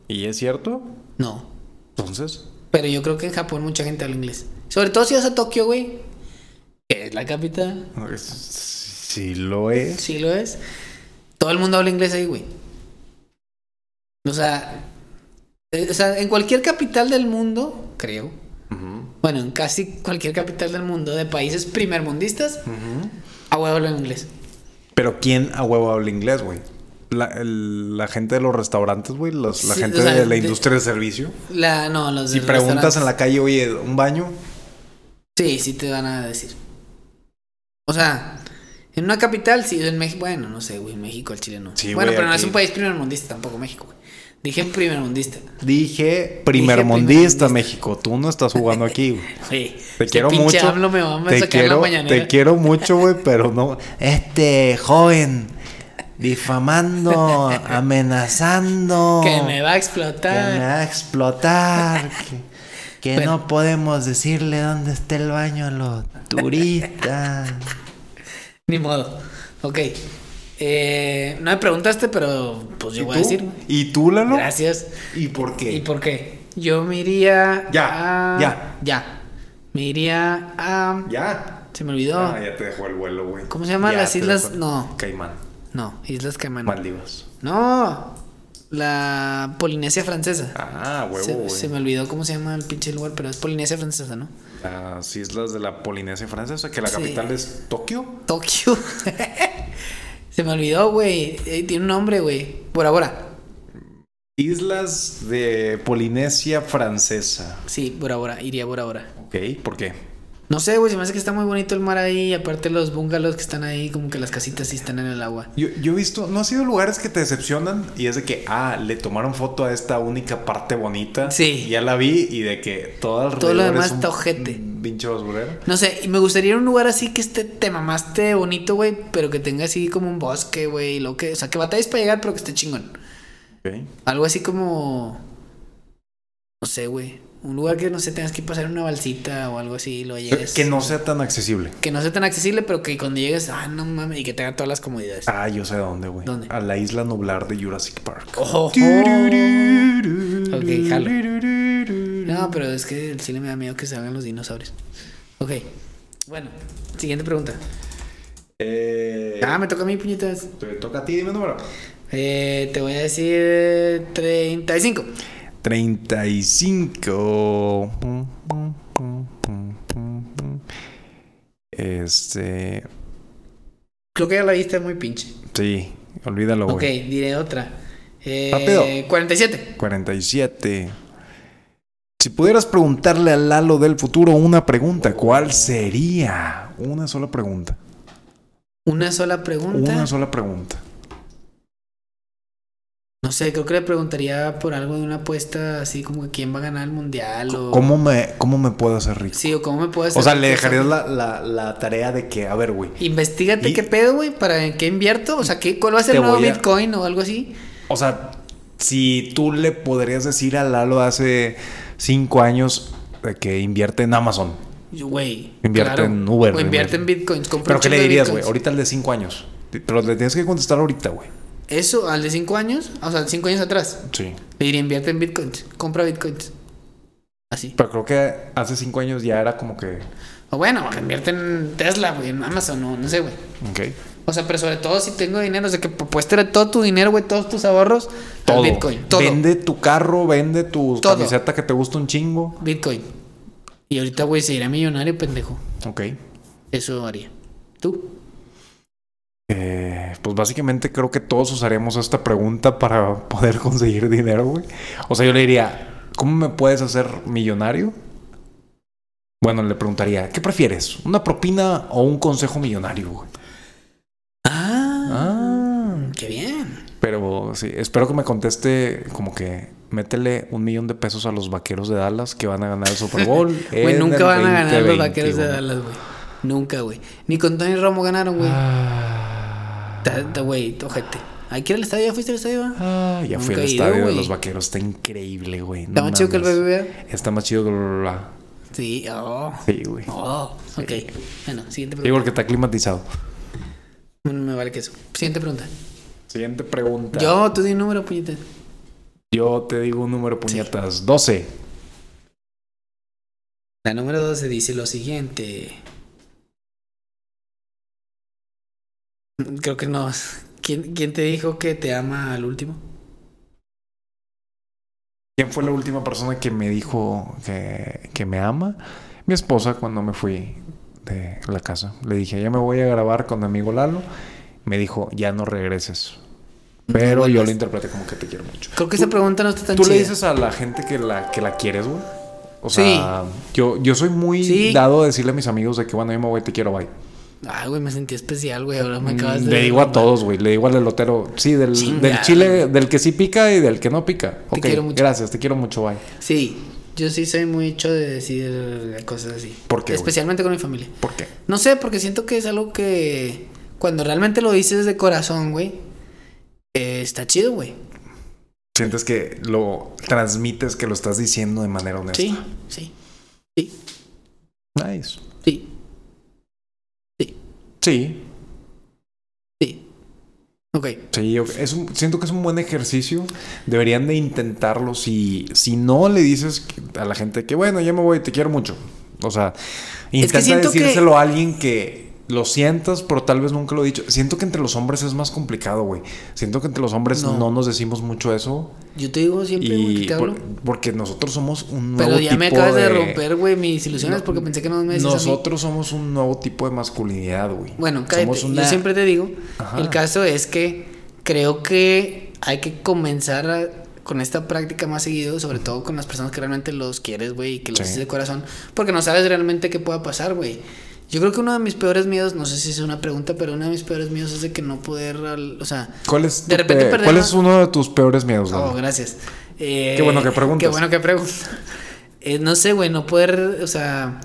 Speaker 1: ¿Y es cierto?
Speaker 2: No.
Speaker 1: Entonces,
Speaker 2: Pero yo creo que en Japón mucha gente habla inglés. Sobre todo si vas a Tokio, güey. Que es la capital.
Speaker 1: Si lo es.
Speaker 2: Sí lo es. Todo el mundo habla inglés ahí, güey. O sea, eh, o sea, en cualquier capital del mundo, creo.
Speaker 1: Ujú,
Speaker 2: Bueno, en casi cualquier capital del mundo de países primermundistas,
Speaker 1: ujú.
Speaker 2: a huevo hablan inglés.
Speaker 1: Pero ¿quién a huevo habla inglés, güey? La, el- la gente de los restaurantes, güey. los- La
Speaker 2: Sí,
Speaker 1: gente
Speaker 2: o sea,
Speaker 1: de la
Speaker 2: de-
Speaker 1: industria del servicio.
Speaker 2: La, no, los
Speaker 1: Si
Speaker 2: de
Speaker 1: preguntas en
Speaker 2: restaurantes.
Speaker 1: la calle, oye, ¿un baño?
Speaker 2: Sí, sí te van a decir. O sea, en una capital, sí, en México, bueno, no sé, güey, en México, el Chile no.
Speaker 1: Sí,
Speaker 2: bueno,
Speaker 1: güey,
Speaker 2: pero no
Speaker 1: aquí-
Speaker 2: es un país primermundista tampoco, México, güey. Dije primermundista.
Speaker 1: Dije,
Speaker 2: primermundista.
Speaker 1: primermundista, México. Tú no estás jugando aquí, güey.
Speaker 2: Güey,
Speaker 1: Te
Speaker 2: este
Speaker 1: quiero
Speaker 2: pinche
Speaker 1: mucho.
Speaker 2: AMLO me va a
Speaker 1: te,
Speaker 2: sacar
Speaker 1: quiero,
Speaker 2: la
Speaker 1: te
Speaker 2: mañanera.
Speaker 1: quiero mucho, güey, pero no. Este joven difamando, amenazando.
Speaker 2: Que me va a
Speaker 1: que me
Speaker 2: explotar.
Speaker 1: va a explotar. que que
Speaker 2: Bueno.
Speaker 1: no podemos decirle dónde está el baño a los turistas.
Speaker 2: Ni modo. Ok. Eh, no me preguntaste, pero pues yo voy a decir.
Speaker 1: ¿Y tú, Lalo?
Speaker 2: Gracias.
Speaker 1: ¿Y por qué?
Speaker 2: ¿Y por qué? Yo me iría.
Speaker 1: Ya,
Speaker 2: a-
Speaker 1: ya.
Speaker 2: Ya. Me iría a.
Speaker 1: Ya.
Speaker 2: Se me olvidó.
Speaker 1: Ah, ya te dejó el vuelo, güey.
Speaker 2: ¿Cómo se llaman
Speaker 1: Ya
Speaker 2: las
Speaker 1: te
Speaker 2: islas?
Speaker 1: dejó el-
Speaker 2: No.
Speaker 1: Caimán.
Speaker 2: No, Islas Caimán.
Speaker 1: Maldivas.
Speaker 2: No. La Polinesia francesa.
Speaker 1: Ah, huevo,
Speaker 2: se,
Speaker 1: güey.
Speaker 2: se me olvidó cómo se llama el pinche lugar, pero es Polinesia francesa, ¿no?
Speaker 1: Las islas de la Polinesia francesa, que la
Speaker 2: Sí.
Speaker 1: capital es Tokio.
Speaker 2: Tokio. se me olvidó, güey. Eh, tiene un nombre, güey. Por ahora.
Speaker 1: Islas de Polinesia francesa.
Speaker 2: Sí, por ahora. Iría por ahora.
Speaker 1: Ok, ¿por qué?
Speaker 2: No sé, güey, se me hace que está muy bonito el mar ahí. y Aparte los bungalows que están ahí, como que las casitas sí están en el agua.
Speaker 1: Yo, yo he visto, no ha sido lugares que te decepcionan y es de que, ah, le tomaron foto a esta única parte bonita.
Speaker 2: Sí.
Speaker 1: Y ya la vi y de que todo alrededor
Speaker 2: Todo lo demás
Speaker 1: es un
Speaker 2: está ojete.
Speaker 1: Pinche basurero.
Speaker 2: No sé, y me gustaría ir a un lugar así que esté, te mamaste bonito, güey, pero que tenga así como un bosque, güey, y lo que, o sea, que batalles para llegar, pero que esté chingón.
Speaker 1: Ok.
Speaker 2: Algo así como, no sé, güey, un lugar que, no sé, tengas que pasar una balsita o algo así, y lo llegues.
Speaker 1: Que no sea tan accesible.
Speaker 2: Que no sea tan accesible, pero que cuando llegues, ah, no mames, y que tenga todas las comodidades.
Speaker 1: Ah, yo sé dónde, güey.
Speaker 2: ¿Dónde?
Speaker 1: A la isla nublar de Jurassic Park.
Speaker 2: Ojo.
Speaker 1: Ok,
Speaker 2: jalo. No, pero es que el cine me da miedo que se hagan los dinosaurios. Ok, bueno, siguiente pregunta.
Speaker 1: Eh,
Speaker 2: Ah, me toca a mí, puñetas.
Speaker 1: te toca a ti, dime número.
Speaker 2: Eh, te voy a decir eh, 35.
Speaker 1: 35. Este.
Speaker 2: Creo que ya la viste muy pinche.
Speaker 1: Sí, olvídalo,
Speaker 2: ok,
Speaker 1: güey.
Speaker 2: diré otra. Eh,
Speaker 1: Rápido.
Speaker 2: 47.
Speaker 1: 47. Si pudieras preguntarle a Lalo del futuro una pregunta, ¿cuál sería? Una sola pregunta.
Speaker 2: Una sola pregunta.
Speaker 1: Una sola pregunta.
Speaker 2: No sé, creo que le preguntaría por algo de una apuesta así como que quién va a ganar el mundial o.
Speaker 1: ¿Cómo me, cómo me puedo hacer rico?
Speaker 2: Sí, pues, o cómo me puedo hacer.
Speaker 1: O sea, le dejarías la, la- la tarea de que, a ver, güey.
Speaker 2: Investígate
Speaker 1: Y-
Speaker 2: qué pedo, güey, para en qué invierto. O sea, ¿qué, ¿cuál va a ser
Speaker 1: Te
Speaker 2: el nuevo
Speaker 1: voy a-
Speaker 2: Bitcoin o algo así?
Speaker 1: O sea, si tú le podrías decir a Lalo hace cinco años de que invierte en Amazon.
Speaker 2: Yo, Güey.
Speaker 1: Invierte en Uber,
Speaker 2: O
Speaker 1: güey, invierte.
Speaker 2: invierte en Bitcoins. compra
Speaker 1: ¿Pero
Speaker 2: un
Speaker 1: qué le
Speaker 2: chingo de
Speaker 1: dirías, güey?
Speaker 2: Bitcoins.
Speaker 1: Ahorita al de cinco años. Pero le tienes que contestar ahorita, güey.
Speaker 2: Eso, al de 5 años. O sea, 5 años atrás.
Speaker 1: Sí.
Speaker 2: Le diría invierte en Bitcoins. Compra Bitcoins. Así.
Speaker 1: Pero creo que hace cinco años ya era como que.
Speaker 2: O bueno, que invierte en Tesla, güey, en Amazon, no, no sé, güey.
Speaker 1: Ok.
Speaker 2: O sea, pero sobre todo si tengo dinero, o sea, que pu- puedes tener todo tu dinero, güey, todos tus ahorros, al
Speaker 1: Todo.
Speaker 2: Bitcoin, todo.
Speaker 1: Vende tu carro, vende tu
Speaker 2: Todo.
Speaker 1: camiseta que te gusta un chingo.
Speaker 2: Bitcoin. Y ahorita, güey, se irá millonario, pendejo.
Speaker 1: Ok.
Speaker 2: Eso haría. ¿Tú?
Speaker 1: Eh, pues básicamente creo que todos usaremos esta pregunta para poder conseguir dinero, güey. O sea, yo le diría, ¿cómo me puedes hacer millonario? Bueno, le preguntaría, ¿qué prefieres? ¿Una propina o un consejo millonario, güey?
Speaker 2: Ah,
Speaker 1: Ah.
Speaker 2: qué bien.
Speaker 1: Pero sí, espero que me conteste como que métele un millón de pesos a los vaqueros de Dallas que van a ganar el Super Bowl.
Speaker 2: Güey,
Speaker 1: en
Speaker 2: nunca
Speaker 1: el
Speaker 2: van a ganar los vaqueros de
Speaker 1: 2021.
Speaker 2: Dallas, güey. Nunca, güey. Ni con Tony Romo ganaron, güey.
Speaker 1: Ah.
Speaker 2: Ta- ta- Güey, ojete. ¿Hay que ir al estadio? ¿Ya fuiste al estadio? va?
Speaker 1: Ah, ya fui
Speaker 2: Nunca
Speaker 1: al
Speaker 2: he ido,
Speaker 1: estadio de
Speaker 2: güey.
Speaker 1: los vaqueros. Está increíble, güey.
Speaker 2: ¿Está más chido que el
Speaker 1: mames.
Speaker 2: BBVA?
Speaker 1: Está más chido que el BBVA.
Speaker 2: Sí. Oh.
Speaker 1: Sí, güey.
Speaker 2: Oh, ok. Bueno, siguiente
Speaker 1: Sí,
Speaker 2: pregunta.
Speaker 1: porque está climatizado.
Speaker 2: Bueno, me vale que eso. Siguiente pregunta.
Speaker 1: Siguiente pregunta.
Speaker 2: Yo, tú di un número, puñetas.
Speaker 1: Yo te digo un número, puñetas. 12.
Speaker 2: La número 12 dice lo siguiente. Creo que no. ¿Quién, quién te dijo que te ama al último?
Speaker 1: ¿Quién fue la última persona que me dijo que, que me ama? Mi esposa cuando me fui de la casa. Le dije, ya me voy a grabar con mi amigo Lalo. Me dijo, ya no regreses. Pero yo lo interpreté como que te quiero mucho.
Speaker 2: Creo que
Speaker 1: ¿Tú-
Speaker 2: esa pregunta no está tan
Speaker 1: ¿Tú
Speaker 2: chida.
Speaker 1: le dices a la gente que la, que la quieres, güey? O
Speaker 2: Sí.
Speaker 1: sea, yo, yo soy muy
Speaker 2: Sí.
Speaker 1: dado a decirle a mis amigos de que, bueno, yo me voy, te quiero, bye.
Speaker 2: Ay, güey, me sentí especial, güey. Ahora me acabas de.
Speaker 1: Mm, Le digo a todos, güey. Le digo al elotero, sí, del,
Speaker 2: Chinga.
Speaker 1: del chile, del que sí pica y del que no pica.
Speaker 2: Te
Speaker 1: Ok,
Speaker 2: quiero mucho.
Speaker 1: Gracias, te quiero mucho, bye.
Speaker 2: Sí, yo sí soy muy hecho de decir cosas así.
Speaker 1: ¿Por qué, güey?
Speaker 2: Especialmente con mi familia.
Speaker 1: ¿Por qué?
Speaker 2: No sé, porque siento que es algo que cuando realmente lo dices de corazón, güey, eh, está chido, güey.
Speaker 1: Sientes que lo transmites, que lo estás diciendo de manera honesta.
Speaker 2: Sí, sí,
Speaker 1: Nice.
Speaker 2: sí,
Speaker 1: Sí,
Speaker 2: sí. Ok.
Speaker 1: sí. yo- es un- siento que es un buen ejercicio. Deberían de intentarlo. Si, si no le dices a la gente que, bueno, ya me voy, te quiero mucho. O sea, intenta
Speaker 2: siento que-
Speaker 1: decírselo a alguien que lo sientas, pero tal vez nunca lo he dicho. Siento que entre los hombres es más complicado, güey. Siento que entre los hombres
Speaker 2: No.
Speaker 1: no, nos decimos mucho eso.
Speaker 2: Yo te digo siempre, güey, que
Speaker 1: Y
Speaker 2: te hablo.
Speaker 1: por- porque nosotros somos un nuevo
Speaker 2: Pero ya me
Speaker 1: tipo
Speaker 2: acabas de... romper, güey, mis ilusiones
Speaker 1: No,
Speaker 2: porque pensé que no me decías a mí.
Speaker 1: Nosotros somos un nuevo tipo de masculinidad, güey.
Speaker 2: Bueno, cállate.
Speaker 1: Somos una-
Speaker 2: Yo siempre te digo,
Speaker 1: Ajá.
Speaker 2: el caso es que creo que hay que comenzar a- con esta práctica más seguido, sobre todo con las personas que realmente los quieres, güey, y que los
Speaker 1: Sí.
Speaker 2: dices de corazón, porque no sabes realmente qué pueda pasar, güey. Yo creo que uno de mis peores miedos, no sé si es una pregunta, pero uno de mis peores miedos es de que no poder, al- o sea,
Speaker 1: ¿Cuál es,
Speaker 2: De
Speaker 1: tu
Speaker 2: repente
Speaker 1: pe-
Speaker 2: perder
Speaker 1: ¿Cuál
Speaker 2: la-
Speaker 1: es uno de tus peores miedos,
Speaker 2: Oh,
Speaker 1: Lalo?
Speaker 2: gracias.
Speaker 1: Pues
Speaker 2: Eh,
Speaker 1: Qué bueno que preguntas.
Speaker 2: Qué bueno que preguntas. Eh, no sé, güey, no poder, o sea,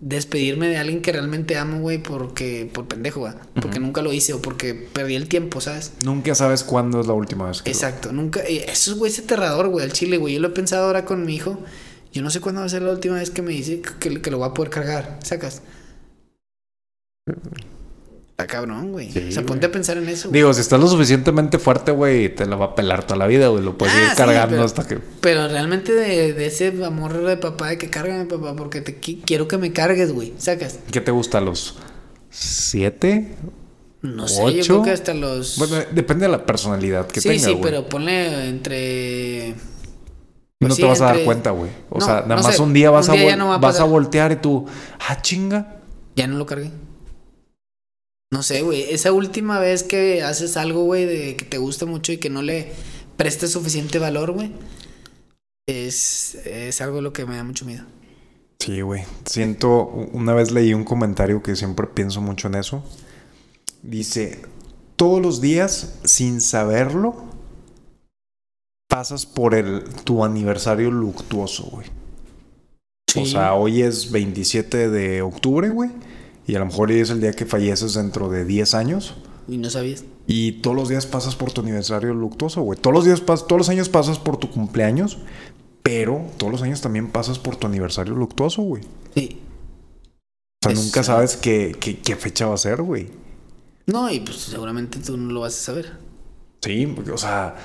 Speaker 2: despedirme de alguien que realmente amo, güey, porque, por pendejo, güey. Porque nunca lo hice o porque perdí el tiempo, ¿sabes?
Speaker 1: Nunca sabes cuándo es la última vez que lo-
Speaker 2: Exacto, nunca. eh, Eso es, güey, es aterrador, güey, al chile, güey. Yo lo he pensado ahora con mi hijo. Yo no sé cuándo va a ser la última vez que me dice que, que lo va a poder cargar, ¿sacas? Está cabrón, güey.
Speaker 1: Mm. Sí,
Speaker 2: o sea,
Speaker 1: güey.
Speaker 2: ponte a pensar en eso. güey.
Speaker 1: Digo, si estás lo suficientemente fuerte, güey, te la va a pelar toda la vida, güey. Lo puedes
Speaker 2: Ah,
Speaker 1: ir
Speaker 2: sí,
Speaker 1: cargando
Speaker 2: pero-
Speaker 1: hasta que.
Speaker 2: Pero realmente de, de ese amor de papá, de que cárgame, papá, porque te qui- quiero que me cargues, güey. Sacas.
Speaker 1: ¿Qué te gusta? ¿Los siete?
Speaker 2: No sé, yo
Speaker 1: ¿Ocho?
Speaker 2: creo que hasta los.
Speaker 1: Bueno, depende de la personalidad que
Speaker 2: sí,
Speaker 1: tenga,
Speaker 2: sí,
Speaker 1: güey.
Speaker 2: pero ponle entre. pues
Speaker 1: no
Speaker 2: sí,
Speaker 1: te vas a dar
Speaker 2: entre-
Speaker 1: cuenta, güey. O
Speaker 2: No,
Speaker 1: sea, nada
Speaker 2: no
Speaker 1: más
Speaker 2: sé.
Speaker 1: un día vas,
Speaker 2: Un día
Speaker 1: a,
Speaker 2: ya
Speaker 1: vol-
Speaker 2: no va a
Speaker 1: vas a
Speaker 2: pasar.
Speaker 1: voltear y tú, ah, chinga.
Speaker 2: Ya no lo cargué. No sé, güey. Esa última vez que haces algo, güey, de que te gusta mucho y que no le prestes suficiente valor, güey. Es, es algo lo que me da mucho miedo.
Speaker 1: Sí, güey. Siento, una vez leí un comentario que siempre pienso mucho en eso. Dice, todos los días, sin saberlo, pasas por el, tu aniversario luctuoso, güey. O sea, hoy es 27 de octubre, güey. Y a lo mejor hoy es el día que falleces dentro de 10 años.
Speaker 2: y no sabías.
Speaker 1: Y todos los días pasas por tu aniversario luctuoso, güey. Todos los días pas- todos los años pasas por tu cumpleaños, pero todos los años también pasas por tu aniversario luctuoso, güey.
Speaker 2: Sí.
Speaker 1: O sea,
Speaker 2: Es-
Speaker 1: nunca sabes qué, qué- qué fecha va a ser, güey.
Speaker 2: No, y pues seguramente tú no lo vas a saber.
Speaker 1: Sí, porque, o sea,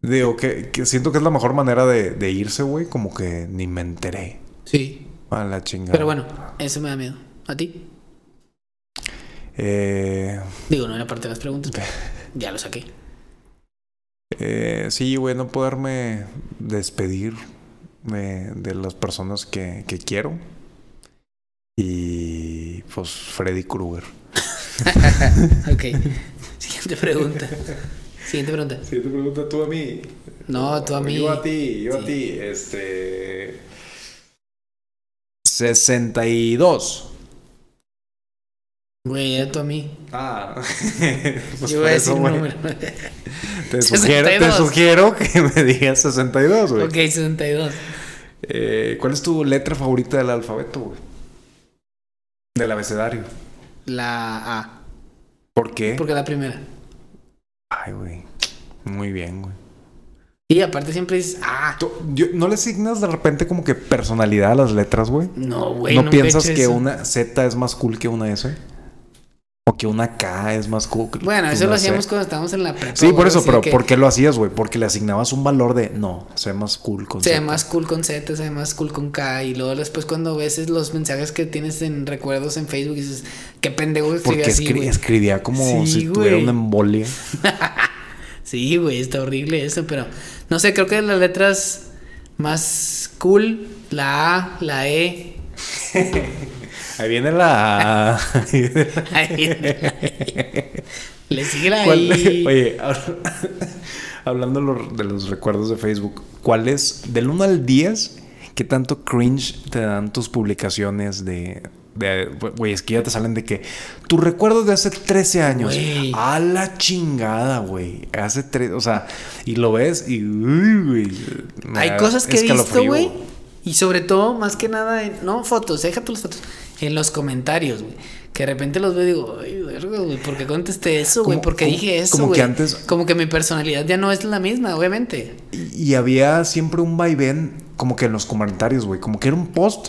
Speaker 1: digo que, que siento que es la mejor manera de, de irse, güey. Como que ni me enteré.
Speaker 2: Sí.
Speaker 1: A la chingada.
Speaker 2: Pero bueno, eso me da miedo. ¿A ti?
Speaker 1: Eh,
Speaker 2: Digo, no era parte de las preguntas, pero ya lo saqué.
Speaker 1: eh, sí, güey, no poderme despedir de, de las personas que, que quiero. Y pues Freddy Krueger.
Speaker 2: ok. Siguiente pregunta. Siguiente pregunta.
Speaker 1: Si te pregunta tú a mí.
Speaker 2: No, tú a mí.
Speaker 1: Yo a ti, yo
Speaker 2: Sí.
Speaker 1: a ti. Este. 62.
Speaker 2: Güey, era tú a mí.
Speaker 1: Ah, pues por
Speaker 2: Yo voy a
Speaker 1: eso,
Speaker 2: decir un
Speaker 1: güey.
Speaker 2: número.
Speaker 1: Te sugiero, te
Speaker 2: 62.
Speaker 1: sugiero que me digas 62, güey.
Speaker 2: ok, 62.
Speaker 1: Eh, ¿Cuál es tu letra favorita del alfabeto, güey? Del abecedario.
Speaker 2: La A.
Speaker 1: ¿Por qué?
Speaker 2: Porque la primera.
Speaker 1: Ay, güey. Muy bien, güey.
Speaker 2: Y aparte siempre dices, ah,
Speaker 1: Tú- yo- ¿No le asignas de repente como que personalidad a las letras, güey?
Speaker 2: no, güey.
Speaker 1: ¿No
Speaker 2: nunca he
Speaker 1: piensas
Speaker 2: hecho
Speaker 1: que
Speaker 2: eso.
Speaker 1: una Z es más cool que una S? como que una K es más cool.
Speaker 2: Bueno,
Speaker 1: pues
Speaker 2: eso
Speaker 1: no
Speaker 2: lo
Speaker 1: sé.
Speaker 2: hacíamos cuando estábamos en la prepa.
Speaker 1: Sí, por
Speaker 2: güey,
Speaker 1: eso,
Speaker 2: así
Speaker 1: pero
Speaker 2: que
Speaker 1: ¿por qué lo hacías, güey? Porque le asignabas un valor de no, sea más cool con
Speaker 2: Se ve
Speaker 1: Z.
Speaker 2: más cool con Z, se ve más cool con K. Y luego después cuando ves es los mensajes que tienes en recuerdos en Facebook y dices, qué pendejo escribí
Speaker 1: Porque
Speaker 2: así,
Speaker 1: escri-
Speaker 2: güey.
Speaker 1: escribía como
Speaker 2: Sí,
Speaker 1: si tuviera
Speaker 2: güey.
Speaker 1: una embolia.
Speaker 2: Sí, güey, está horrible eso, pero no sé, creo que las letras más cool, la A, la E.
Speaker 1: Ahí viene la. ahí viene la-
Speaker 2: Ahí viene la Le sigue la
Speaker 1: ¿Cuál-
Speaker 2: I.
Speaker 1: Oye, ahora- hablando lo- de los recuerdos de Facebook, ¿cuál es del 1 al 10? ¿Qué tanto cringe te dan tus publicaciones de... de- Güey, es que ya te salen de que tus recuerdos de hace 13 años.
Speaker 2: Güey.
Speaker 1: A la chingada, güey. Hace 3, o sea, y lo ves y... uy, güey, me
Speaker 2: Hay
Speaker 1: da
Speaker 2: cosas que he visto,
Speaker 1: escalofrío.
Speaker 2: güey. Y sobre todo, más que nada, en- no fotos, déjate las fotos. En los comentarios, güey. Que de repente los veo y digo, ay, verga, güey, ¿por qué contesté eso, güey?
Speaker 1: Como-
Speaker 2: ¿Por qué
Speaker 1: como-
Speaker 2: dije eso, güey?
Speaker 1: como que antes-
Speaker 2: Como que mi personalidad ya no es la misma, obviamente.
Speaker 1: Y, y había siempre un vaivén como que en los comentarios, güey. Como que era un post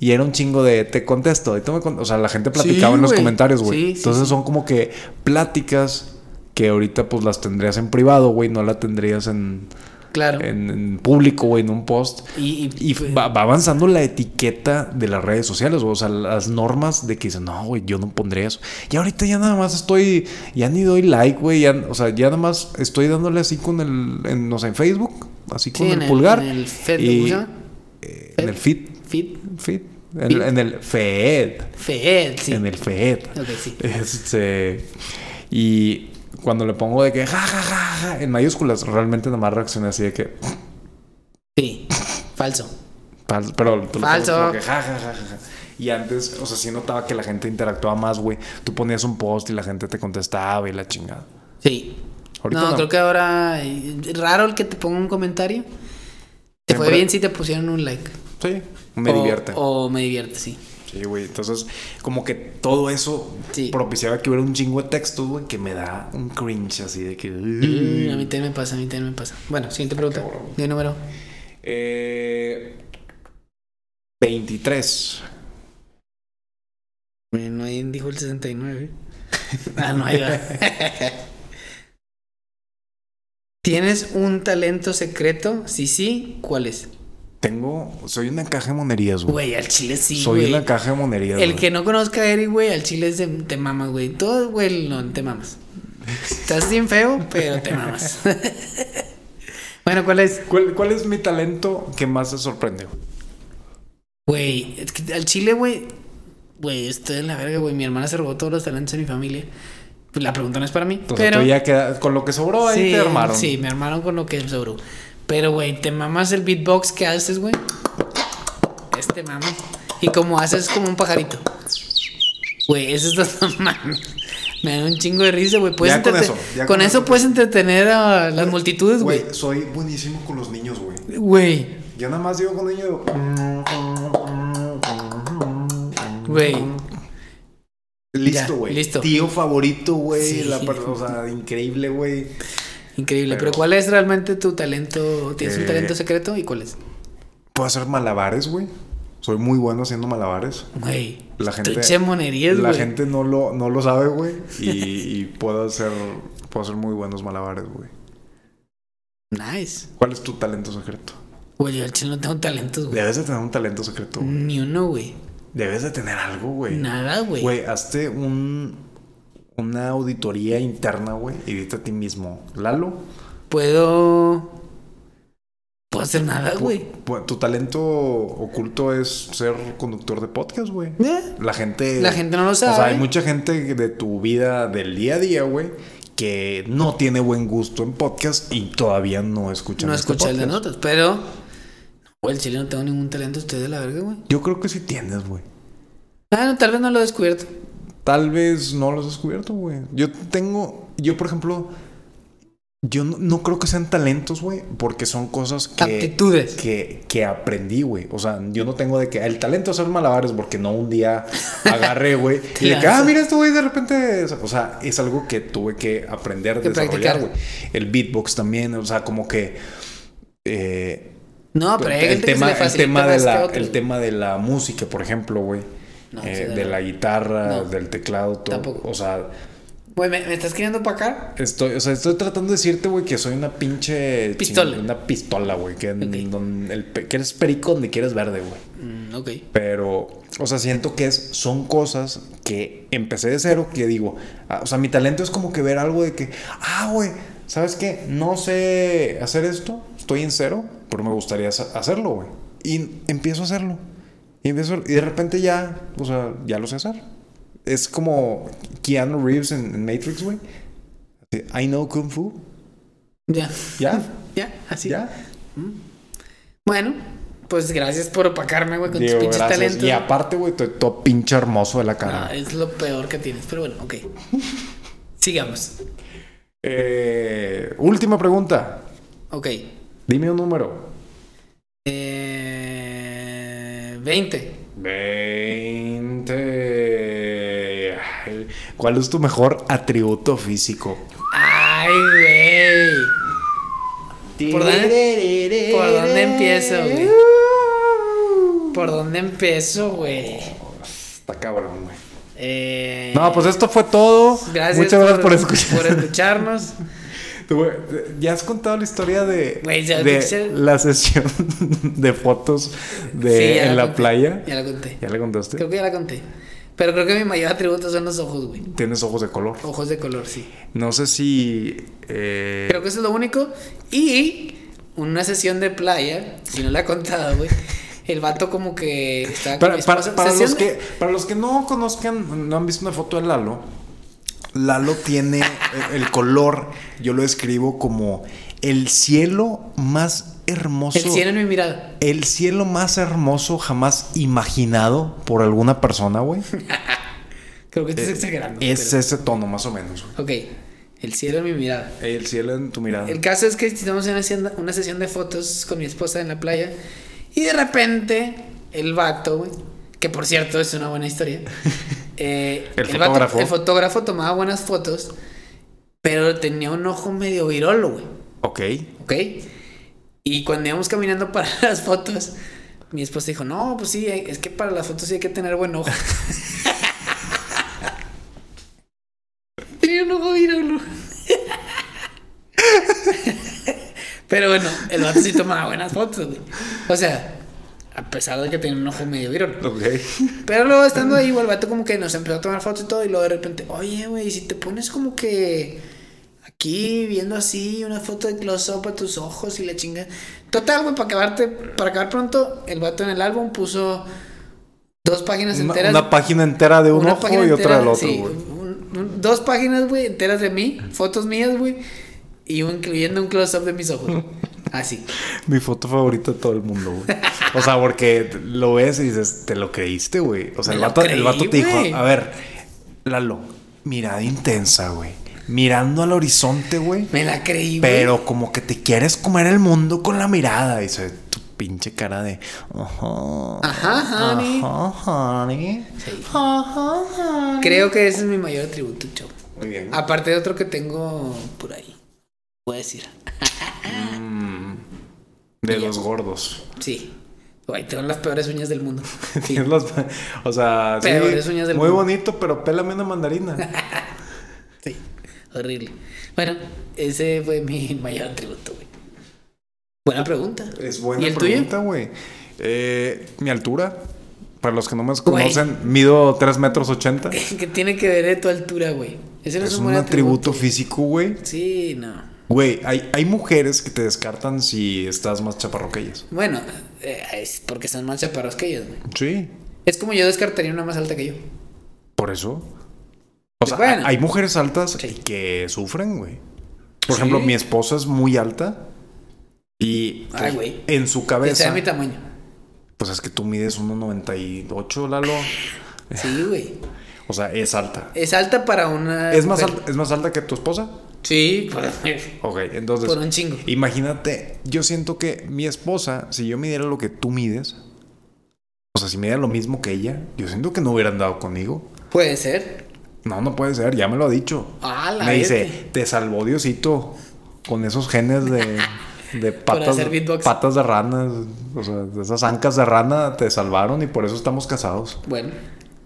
Speaker 1: y era un chingo de te contesto. Y tú me con-". o sea, la gente platicaba
Speaker 2: Sí,
Speaker 1: en los
Speaker 2: güey.
Speaker 1: comentarios, güey.
Speaker 2: Sí, sí,
Speaker 1: Entonces
Speaker 2: sí.
Speaker 1: son como que pláticas que ahorita pues las tendrías en privado, güey. No la tendrías en,
Speaker 2: Claro.
Speaker 1: en, en público, güey, en un post.
Speaker 2: Y, y- pues,
Speaker 1: Y va, va avanzando la etiqueta de las redes sociales, güey. o sea, las normas de que dicen, no, güey, yo no pondré eso. Y ahorita ya nada más estoy, ya ni doy like, güey, ya- o sea, ya nada más estoy dándole así con el, en, no sé, en Facebook, así con el,
Speaker 2: Sí, en el-
Speaker 1: pulgar.
Speaker 2: en el feed,
Speaker 1: y-
Speaker 2: ¿cómo se llama?
Speaker 1: eh, en el feed,
Speaker 2: fit,
Speaker 1: feed, en,
Speaker 2: Feed.
Speaker 1: en el feed,
Speaker 2: fed, sí.
Speaker 1: en el feed.
Speaker 2: Ok, sí.
Speaker 1: Este, y cuando le pongo de que, ja, ja, ja, ja, en mayúsculas, realmente nada más reaccioné así de que,
Speaker 2: Sí. Falso.
Speaker 1: Falso, pero tú lo
Speaker 2: Falso.
Speaker 1: pones como que ja, ja, ja, ja, ja. Y antes, o sea, sí notaba que la gente interactuaba más, güey. Tú ponías un post y la gente te contestaba y la chingada.
Speaker 2: Sí.
Speaker 1: Ahorita
Speaker 2: no,
Speaker 1: no.
Speaker 2: creo que ahora. eh, Raro el que te ponga un comentario. Te fue
Speaker 1: Siempre-
Speaker 2: bien si te pusieron un like.
Speaker 1: Sí, me
Speaker 2: O-
Speaker 1: divierte.
Speaker 2: O me divierte, sí.
Speaker 1: Sí, güey. Entonces, como que todo eso
Speaker 2: Sí.
Speaker 1: propiciaba que hubiera un chingo de texto, güey, que me da un cringe así de que.
Speaker 2: Mm, A mí también me pasa, a mí también me pasa. Bueno, siguiente pregunta.
Speaker 1: Cabrón.
Speaker 2: ¿De número?
Speaker 1: Eh, 23.
Speaker 2: Bueno, ahí dijo el 69. ah, no, ahí va. ¿Tienes un talento secreto? Sí, sí. ¿Cuál es?
Speaker 1: Tengo. Soy una caja de monerías, güey.
Speaker 2: Güey, al chile sí,
Speaker 1: soy
Speaker 2: güey.
Speaker 1: una caja de monerías.
Speaker 2: El
Speaker 1: güey.
Speaker 2: que no conozca a Eric, güey, al chile es de, te mamas, güey. Todo, güey, no, te mamas. Estás bien feo, pero te mamas. bueno, ¿cuál es?
Speaker 1: ¿Cuál, ¿Cuál es mi talento que más te sorprende? güey?
Speaker 2: Güey, es que al chile, güey, güey, estoy en la verga, güey. Mi hermana se robó todos los talentos de mi familia. Pues la pregunta no es para mí,
Speaker 1: Entonces
Speaker 2: pero...
Speaker 1: tú ya queda- con lo que sobró ahí
Speaker 2: sí,
Speaker 1: te armaron.
Speaker 2: sí, me armaron con lo que sobró. Pero, güey, te mamas el beatbox que haces, güey. Este mama. Y como haces como un pajarito. Güey, eso está mamando. Me dan un chingo de risa, güey. Puedes
Speaker 1: Ya con
Speaker 2: entrete-
Speaker 1: eso, ya
Speaker 2: con
Speaker 1: con
Speaker 2: eso
Speaker 1: eso.
Speaker 2: puedes entretener a las multitudes, güey.
Speaker 1: Güey, soy buenísimo con los niños, güey.
Speaker 2: Güey,
Speaker 1: Yo nada más digo con niños. digo,
Speaker 2: güey.
Speaker 1: Listo, güey.
Speaker 2: listo.
Speaker 1: Tío favorito, güey.
Speaker 2: Sí.
Speaker 1: La per- o sea, increíble, güey.
Speaker 2: Increíble. Pero,
Speaker 1: Pero-
Speaker 2: ¿cuál es realmente tu talento? ¿Tienes un
Speaker 1: Eh.
Speaker 2: talento secreto? ¿Y cuál es?
Speaker 1: Puedo hacer malabares, güey. Soy muy bueno haciendo malabares.
Speaker 2: Güey.
Speaker 1: La gente.
Speaker 2: Estoy chemonerías,
Speaker 1: la
Speaker 2: güey.
Speaker 1: gente no lo, no lo sabe, güey. Y, y puedo hacer. Puedo hacer muy buenos malabares, güey.
Speaker 2: Nice.
Speaker 1: ¿Cuál es tu talento secreto?
Speaker 2: Güey, yo al chile no tengo talentos, güey.
Speaker 1: Debes de tener un talento secreto, güey.
Speaker 2: Ni uno, güey.
Speaker 1: Debes de tener algo, güey.
Speaker 2: Nada, güey.
Speaker 1: Güey, hazte un, una auditoría interna, güey. Y dite a ti mismo, Lalo,
Speaker 2: Puedo. Puedo hacer nada, güey.
Speaker 1: pu- Eh, tu talento oculto es ser conductor de podcast, güey.
Speaker 2: Eh,
Speaker 1: La gente.
Speaker 2: La gente no lo
Speaker 1: O sea,
Speaker 2: sabe.
Speaker 1: hay mucha gente de tu vida del día a día, güey, que no tiene buen gusto en podcast y todavía no escucha
Speaker 2: No
Speaker 1: este
Speaker 2: escuché el de
Speaker 1: podcast.
Speaker 2: notas, pero. Güey, el chile no tengo ningún talento, usted de la verga, güey.
Speaker 1: Yo creo que sí tienes, güey.
Speaker 2: Ah, no, tal vez no lo he descubierto.
Speaker 1: Tal vez no los has descubierto, güey. Yo tengo, yo por ejemplo, yo no, no creo que sean talentos, güey, porque son cosas que...
Speaker 2: Aptitudes.
Speaker 1: Que, que aprendí, güey. O sea, yo no tengo de que el talento es hacer malabares porque no un día agarré, güey. y de que, ah, mira esto, güey, de repente... es-". O sea, es algo que tuve que aprender,
Speaker 2: Que
Speaker 1: desarrollar,
Speaker 2: practicar.
Speaker 1: güey. El beatbox también, o sea, como que... eh,
Speaker 2: No, pero hay
Speaker 1: el
Speaker 2: gente que se
Speaker 1: tema,
Speaker 2: le
Speaker 1: el
Speaker 2: facilita
Speaker 1: tema de
Speaker 2: más que
Speaker 1: la,
Speaker 2: otros.
Speaker 1: el tema de la música, por ejemplo, güey.
Speaker 2: No,
Speaker 1: eh,
Speaker 2: sí,
Speaker 1: de,
Speaker 2: de
Speaker 1: la
Speaker 2: verdad.
Speaker 1: guitarra,
Speaker 2: No.
Speaker 1: del teclado, todo.
Speaker 2: Tampoco.
Speaker 1: O sea,
Speaker 2: Güey, ¿me, me estás queriendo para acá?
Speaker 1: estoy, o sea, estoy tratando de decirte, güey, que soy una pinche.
Speaker 2: Pistola.
Speaker 1: ching- Una pistola, güey. Que, en-
Speaker 2: Ok.
Speaker 1: donde el pe- que eres perico donde quieres verde, güey.
Speaker 2: Mm, ok.
Speaker 1: Pero, o sea, siento que es, son cosas que empecé de cero, que digo, ah, o sea, mi talento es como que ver algo de que, ah, güey, ¿sabes qué? No sé hacer esto, estoy en cero, pero me gustaría hacer- hacerlo, güey. Y empiezo a hacerlo. Y, empiezo, y de repente ya, o sea, ya lo sé hacer. Es como Keanu Reeves en, en Matrix, güey. I know Kung Fu.
Speaker 2: Ya.
Speaker 1: Ya,
Speaker 2: Ya, así.
Speaker 1: ya.
Speaker 2: Bueno, pues gracias por opacarme, güey, con
Speaker 1: Digo,
Speaker 2: tus pinches
Speaker 1: gracias.
Speaker 2: talentos.
Speaker 1: Y aparte, güey, estoy todo pinche hermoso de la cara.
Speaker 2: Ah, es lo peor que tienes, pero bueno, ok. Sigamos.
Speaker 1: Eh, última pregunta.
Speaker 2: Ok.
Speaker 1: Dime un número.
Speaker 2: Eh, 20.
Speaker 1: 20. ¿Cuál es tu mejor atributo físico?
Speaker 2: Ay, güey. ¿Por dónde- por dónde empiezo, güey? ¿Por dónde empiezo, güey?
Speaker 1: Está cabrón, güey.
Speaker 2: Eh,
Speaker 1: No, pues esto fue todo.
Speaker 2: gracias
Speaker 1: Muchas gracias por, escuchar.
Speaker 2: Por escucharnos.
Speaker 1: Tú, güey, Ya has contado la historia de,
Speaker 2: Güey, ya
Speaker 1: de
Speaker 2: dije-
Speaker 1: la sesión de fotos de,
Speaker 2: Sí, ya
Speaker 1: en la
Speaker 2: conté,
Speaker 1: playa.
Speaker 2: Ya la conté.
Speaker 1: ¿Ya le contaste?
Speaker 2: Creo que ya la conté. Pero creo que mi mayor atributo son los ojos, güey.
Speaker 1: Tienes ojos de color.
Speaker 2: Ojos de color, sí.
Speaker 1: No sé si. eh,
Speaker 2: Creo que eso es lo único. Y una sesión de playa, si no la he contado, güey. El vato como que estaba con
Speaker 1: para,
Speaker 2: mi
Speaker 1: para-
Speaker 2: esposa.
Speaker 1: para
Speaker 2: Sesión
Speaker 1: los
Speaker 2: de-
Speaker 1: que, para los que no conozcan, no han visto una foto de Lalo, Lalo tiene eh, el color, yo lo describo como el cielo más hermoso.
Speaker 2: El cielo en mi mirada.
Speaker 1: el cielo más hermoso jamás imaginado por alguna persona, güey.
Speaker 2: Creo que estás exagerando.
Speaker 1: Es
Speaker 2: pero-
Speaker 1: Eh, ese tono, más o menos. güey.
Speaker 2: Ok. El cielo en mi mirada.
Speaker 1: El cielo en tu mirada.
Speaker 2: El caso es que estamos en una, hacienda- una sesión de fotos con mi esposa en la playa. Y de repente, el vato, güey, que por cierto es una buena historia. eh,
Speaker 1: El
Speaker 2: vato-
Speaker 1: fotógrafo.
Speaker 2: el fotógrafo tomaba buenas fotos, pero tenía un ojo medio virolo, güey.
Speaker 1: Ok.
Speaker 2: ¿ok? Y cuando íbamos caminando para las fotos, mi esposa dijo, no, pues sí, es que para las fotos sí hay que tener buen ojo. Tenía un ojo virolo. Pero bueno, el vato sí tomaba buenas fotos, güey. O sea, a pesar de que tenía un ojo medio virolo.
Speaker 1: Ok.
Speaker 2: Pero luego estando ahí, güey, el vato como que nos empezó a tomar fotos y todo, y luego de repente, oye, güey, si te pones como que aquí viendo así una foto de close-up a tus ojos y la chinga. Total, güey, para acabarte, para acabar pronto, el vato en el álbum puso dos páginas
Speaker 1: Una,
Speaker 2: enteras.
Speaker 1: una página entera de un
Speaker 2: una
Speaker 1: ojo y
Speaker 2: página
Speaker 1: otra
Speaker 2: entera,
Speaker 1: del otro,
Speaker 2: sí,
Speaker 1: güey.
Speaker 2: un- un- dos páginas, güey, enteras de mí, fotos mías, güey, y un- incluyendo un close-up de mis ojos. Así.
Speaker 1: Mi foto favorita de todo el mundo, güey. O sea, porque lo ves y dices, te lo creíste, güey. O sea,
Speaker 2: Me
Speaker 1: el
Speaker 2: lo
Speaker 1: vato, el
Speaker 2: creí,
Speaker 1: vato te dijo,
Speaker 2: güey.
Speaker 1: a ver, Lalo, mirada intensa, güey. Mirando al horizonte, güey.
Speaker 2: Me la creí, güey.
Speaker 1: Pero como que te quieres comer el mundo con la mirada. Y dice, tu pinche cara de... Ajá,
Speaker 2: Ajá, honey.
Speaker 1: Ajá, honey.
Speaker 2: Sí.
Speaker 1: Ajá, honey".
Speaker 2: Creo que Ah, ese es mi mayor atributo, chavo.
Speaker 1: Muy bien.
Speaker 2: Aparte de otro que tengo por ahí. Puedo decir.
Speaker 1: De los gordos.
Speaker 2: Sí. Güey, tengo las peores uñas del mundo. Sí.
Speaker 1: Tienes las- O sea, sí,
Speaker 2: Peores uñas del
Speaker 1: muy
Speaker 2: mundo.
Speaker 1: bonito, pero pélame una mandarina.
Speaker 2: sí. Horrible. Bueno, ese fue mi mayor atributo, güey. Buena pregunta.
Speaker 1: Es buena
Speaker 2: ¿Y el
Speaker 1: pregunta, güey. Eh, mi altura. Para los que no me
Speaker 2: Güey.
Speaker 1: conocen, mido 3 metros 80.
Speaker 2: tuyo? ¿Qué tiene que ver de tu altura, güey? Ese no es,
Speaker 1: Es
Speaker 2: un
Speaker 1: un
Speaker 2: buen
Speaker 1: atributo
Speaker 2: atributo.
Speaker 1: físico, güey.
Speaker 2: Sí, no.
Speaker 1: Güey, hay, hay mujeres que te descartan si estás más chaparro que ellas.
Speaker 2: Bueno, eh, es porque son más chaparros que ellos, güey.
Speaker 1: Sí.
Speaker 2: Es como yo descartaría una más alta que yo.
Speaker 1: Por eso. O sea,
Speaker 2: Bueno.
Speaker 1: hay mujeres altas
Speaker 2: Sí.
Speaker 1: que sufren, güey. Por
Speaker 2: Sí.
Speaker 1: ejemplo, mi esposa es muy alta. Y
Speaker 2: Ay,
Speaker 1: pues,
Speaker 2: güey.
Speaker 1: en su
Speaker 2: Que sea
Speaker 1: cabeza.
Speaker 2: mi tamaño.
Speaker 1: Pues es que tú mides 1,98, Lalo.
Speaker 2: Sí, güey.
Speaker 1: O sea, es alta.
Speaker 2: Es alta para una.
Speaker 1: ¿Es más,
Speaker 2: mujer.
Speaker 1: alta, ¿Es más alta que tu esposa?
Speaker 2: Sí, por-
Speaker 1: Ok, entonces.
Speaker 2: Por un chingo.
Speaker 1: Imagínate, yo siento que mi esposa, si yo midiera lo que tú mides, o sea, si midiera lo mismo que ella, yo siento que no hubiera andado conmigo.
Speaker 2: Puede ser.
Speaker 1: No, no puede ser, ya me lo ha dicho.
Speaker 2: Ah, la
Speaker 1: me
Speaker 2: vete.
Speaker 1: dice, te salvó Diosito con esos genes de, de patas,
Speaker 2: hacer beatbox.
Speaker 1: patas de ranas, o sea, de esas ancas de rana te salvaron y por eso estamos casados.
Speaker 2: Bueno,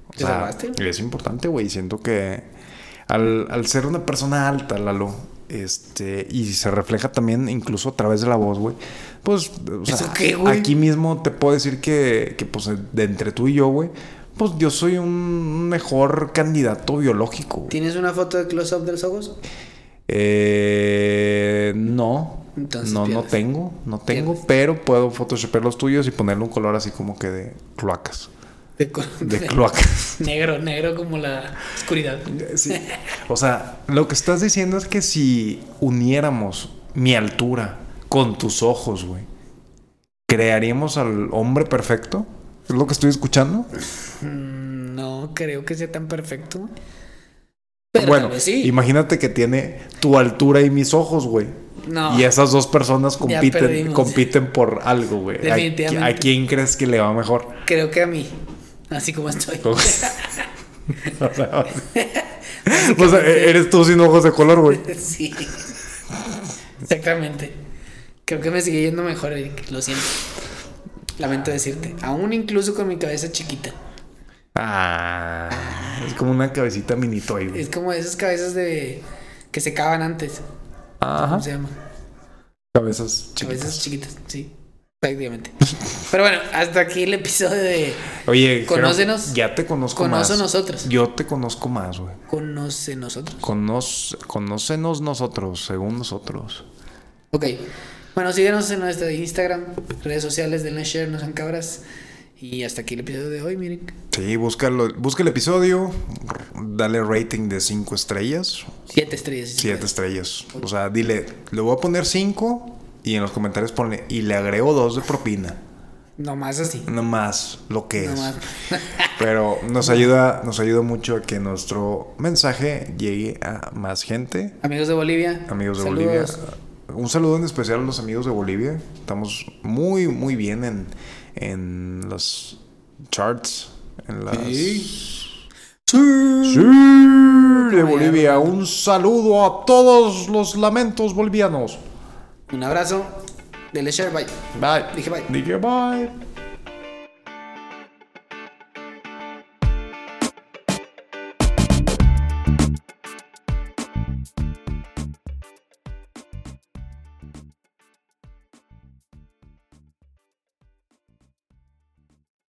Speaker 1: O sea, eh,
Speaker 2: salvaste?
Speaker 1: Es importante, güey. Siento que al, al ser una persona alta, Lalo, este, y se refleja también incluso a través de la voz, güey. Pues, o sea,
Speaker 2: ¿Eso qué, güey?
Speaker 1: aquí mismo te puedo decir que, que, pues, de entre tú y yo, güey, pues yo soy un mejor candidato biológico. güey.
Speaker 2: ¿Tienes una foto de close-up de los ojos?
Speaker 1: Eh, no.
Speaker 2: Entonces
Speaker 1: no, no
Speaker 2: pierdes.
Speaker 1: tengo, no tengo,
Speaker 2: Pierdes.
Speaker 1: pero puedo photoshopear los tuyos y ponerle un color así como que de cloacas.
Speaker 2: De, col-
Speaker 1: De cloacas.
Speaker 2: negro, negro como la oscuridad.
Speaker 1: Sí. O sea, lo que estás diciendo es que si uniéramos mi altura con tus ojos, güey, ¿crearíamos al hombre perfecto? ¿Es lo que estoy escuchando?
Speaker 2: Mm, No creo que sea tan perfecto. Pero
Speaker 1: bueno,
Speaker 2: tal vez sí.
Speaker 1: imagínate que tiene tu altura y mis ojos, güey.
Speaker 2: No.
Speaker 1: Y esas dos personas compiten,
Speaker 2: perdimos.
Speaker 1: compiten por algo, güey. ¿A- ¿A,
Speaker 2: Definitivamente.
Speaker 1: quién crees que le va mejor?
Speaker 2: Creo que a mí. Así como estoy.
Speaker 1: O sea, o sea, eres tú sin ojos de color, güey.
Speaker 2: sí. Exactamente. Creo que me sigue yendo mejor, Eric. Lo siento. Lamento decirte. Aún incluso con mi cabeza chiquita.
Speaker 1: Ah, es como una cabecita mini toy, güey.
Speaker 2: Es como esas cabezas de. que se cavan antes.
Speaker 1: Ajá. Ah.
Speaker 2: ¿Cómo se llama?
Speaker 1: Cabezas chiquitas.
Speaker 2: Cabezas chiquitas, sí. Prácticamente. Pero bueno, hasta aquí el episodio de
Speaker 1: Oye, Jero,
Speaker 2: Conócenos.
Speaker 1: ya te conozco más.
Speaker 2: Conoce nosotros.
Speaker 1: Yo te conozco más, güey.
Speaker 2: Conoce nosotros.
Speaker 1: Conoz- conócenos nosotros, según nosotros.
Speaker 2: Ok. Bueno, síguenos en nuestra Instagram, redes sociales del Share, no sean cabras. Y hasta aquí el episodio de hoy, miren.
Speaker 1: Sí, búscalo, busca el episodio, dale rating de 5 estrellas,
Speaker 2: Siete estrellas. si se
Speaker 1: 7 estrellas. O sea, dile, le voy a poner 5 y en los comentarios ponle, y le agrego 2 de propina.
Speaker 2: puede. Nomás así.
Speaker 1: Nomás lo que es.
Speaker 2: Nomás.
Speaker 1: Pero nos ayuda, nos ayuda mucho a que nuestro mensaje llegue a más gente.
Speaker 2: Amigos de Bolivia.
Speaker 1: Amigos de
Speaker 2: saludos.
Speaker 1: Bolivia. Un saludo en especial a los amigos de Bolivia. Estamos muy, muy bien en, en los charts. En las... Sí, de Bolivia. Un saludo a todos los lamentos bolivianos.
Speaker 2: Un abrazo. Del Share, bye.
Speaker 1: Bye.
Speaker 2: Dije bye.
Speaker 1: Dije bye.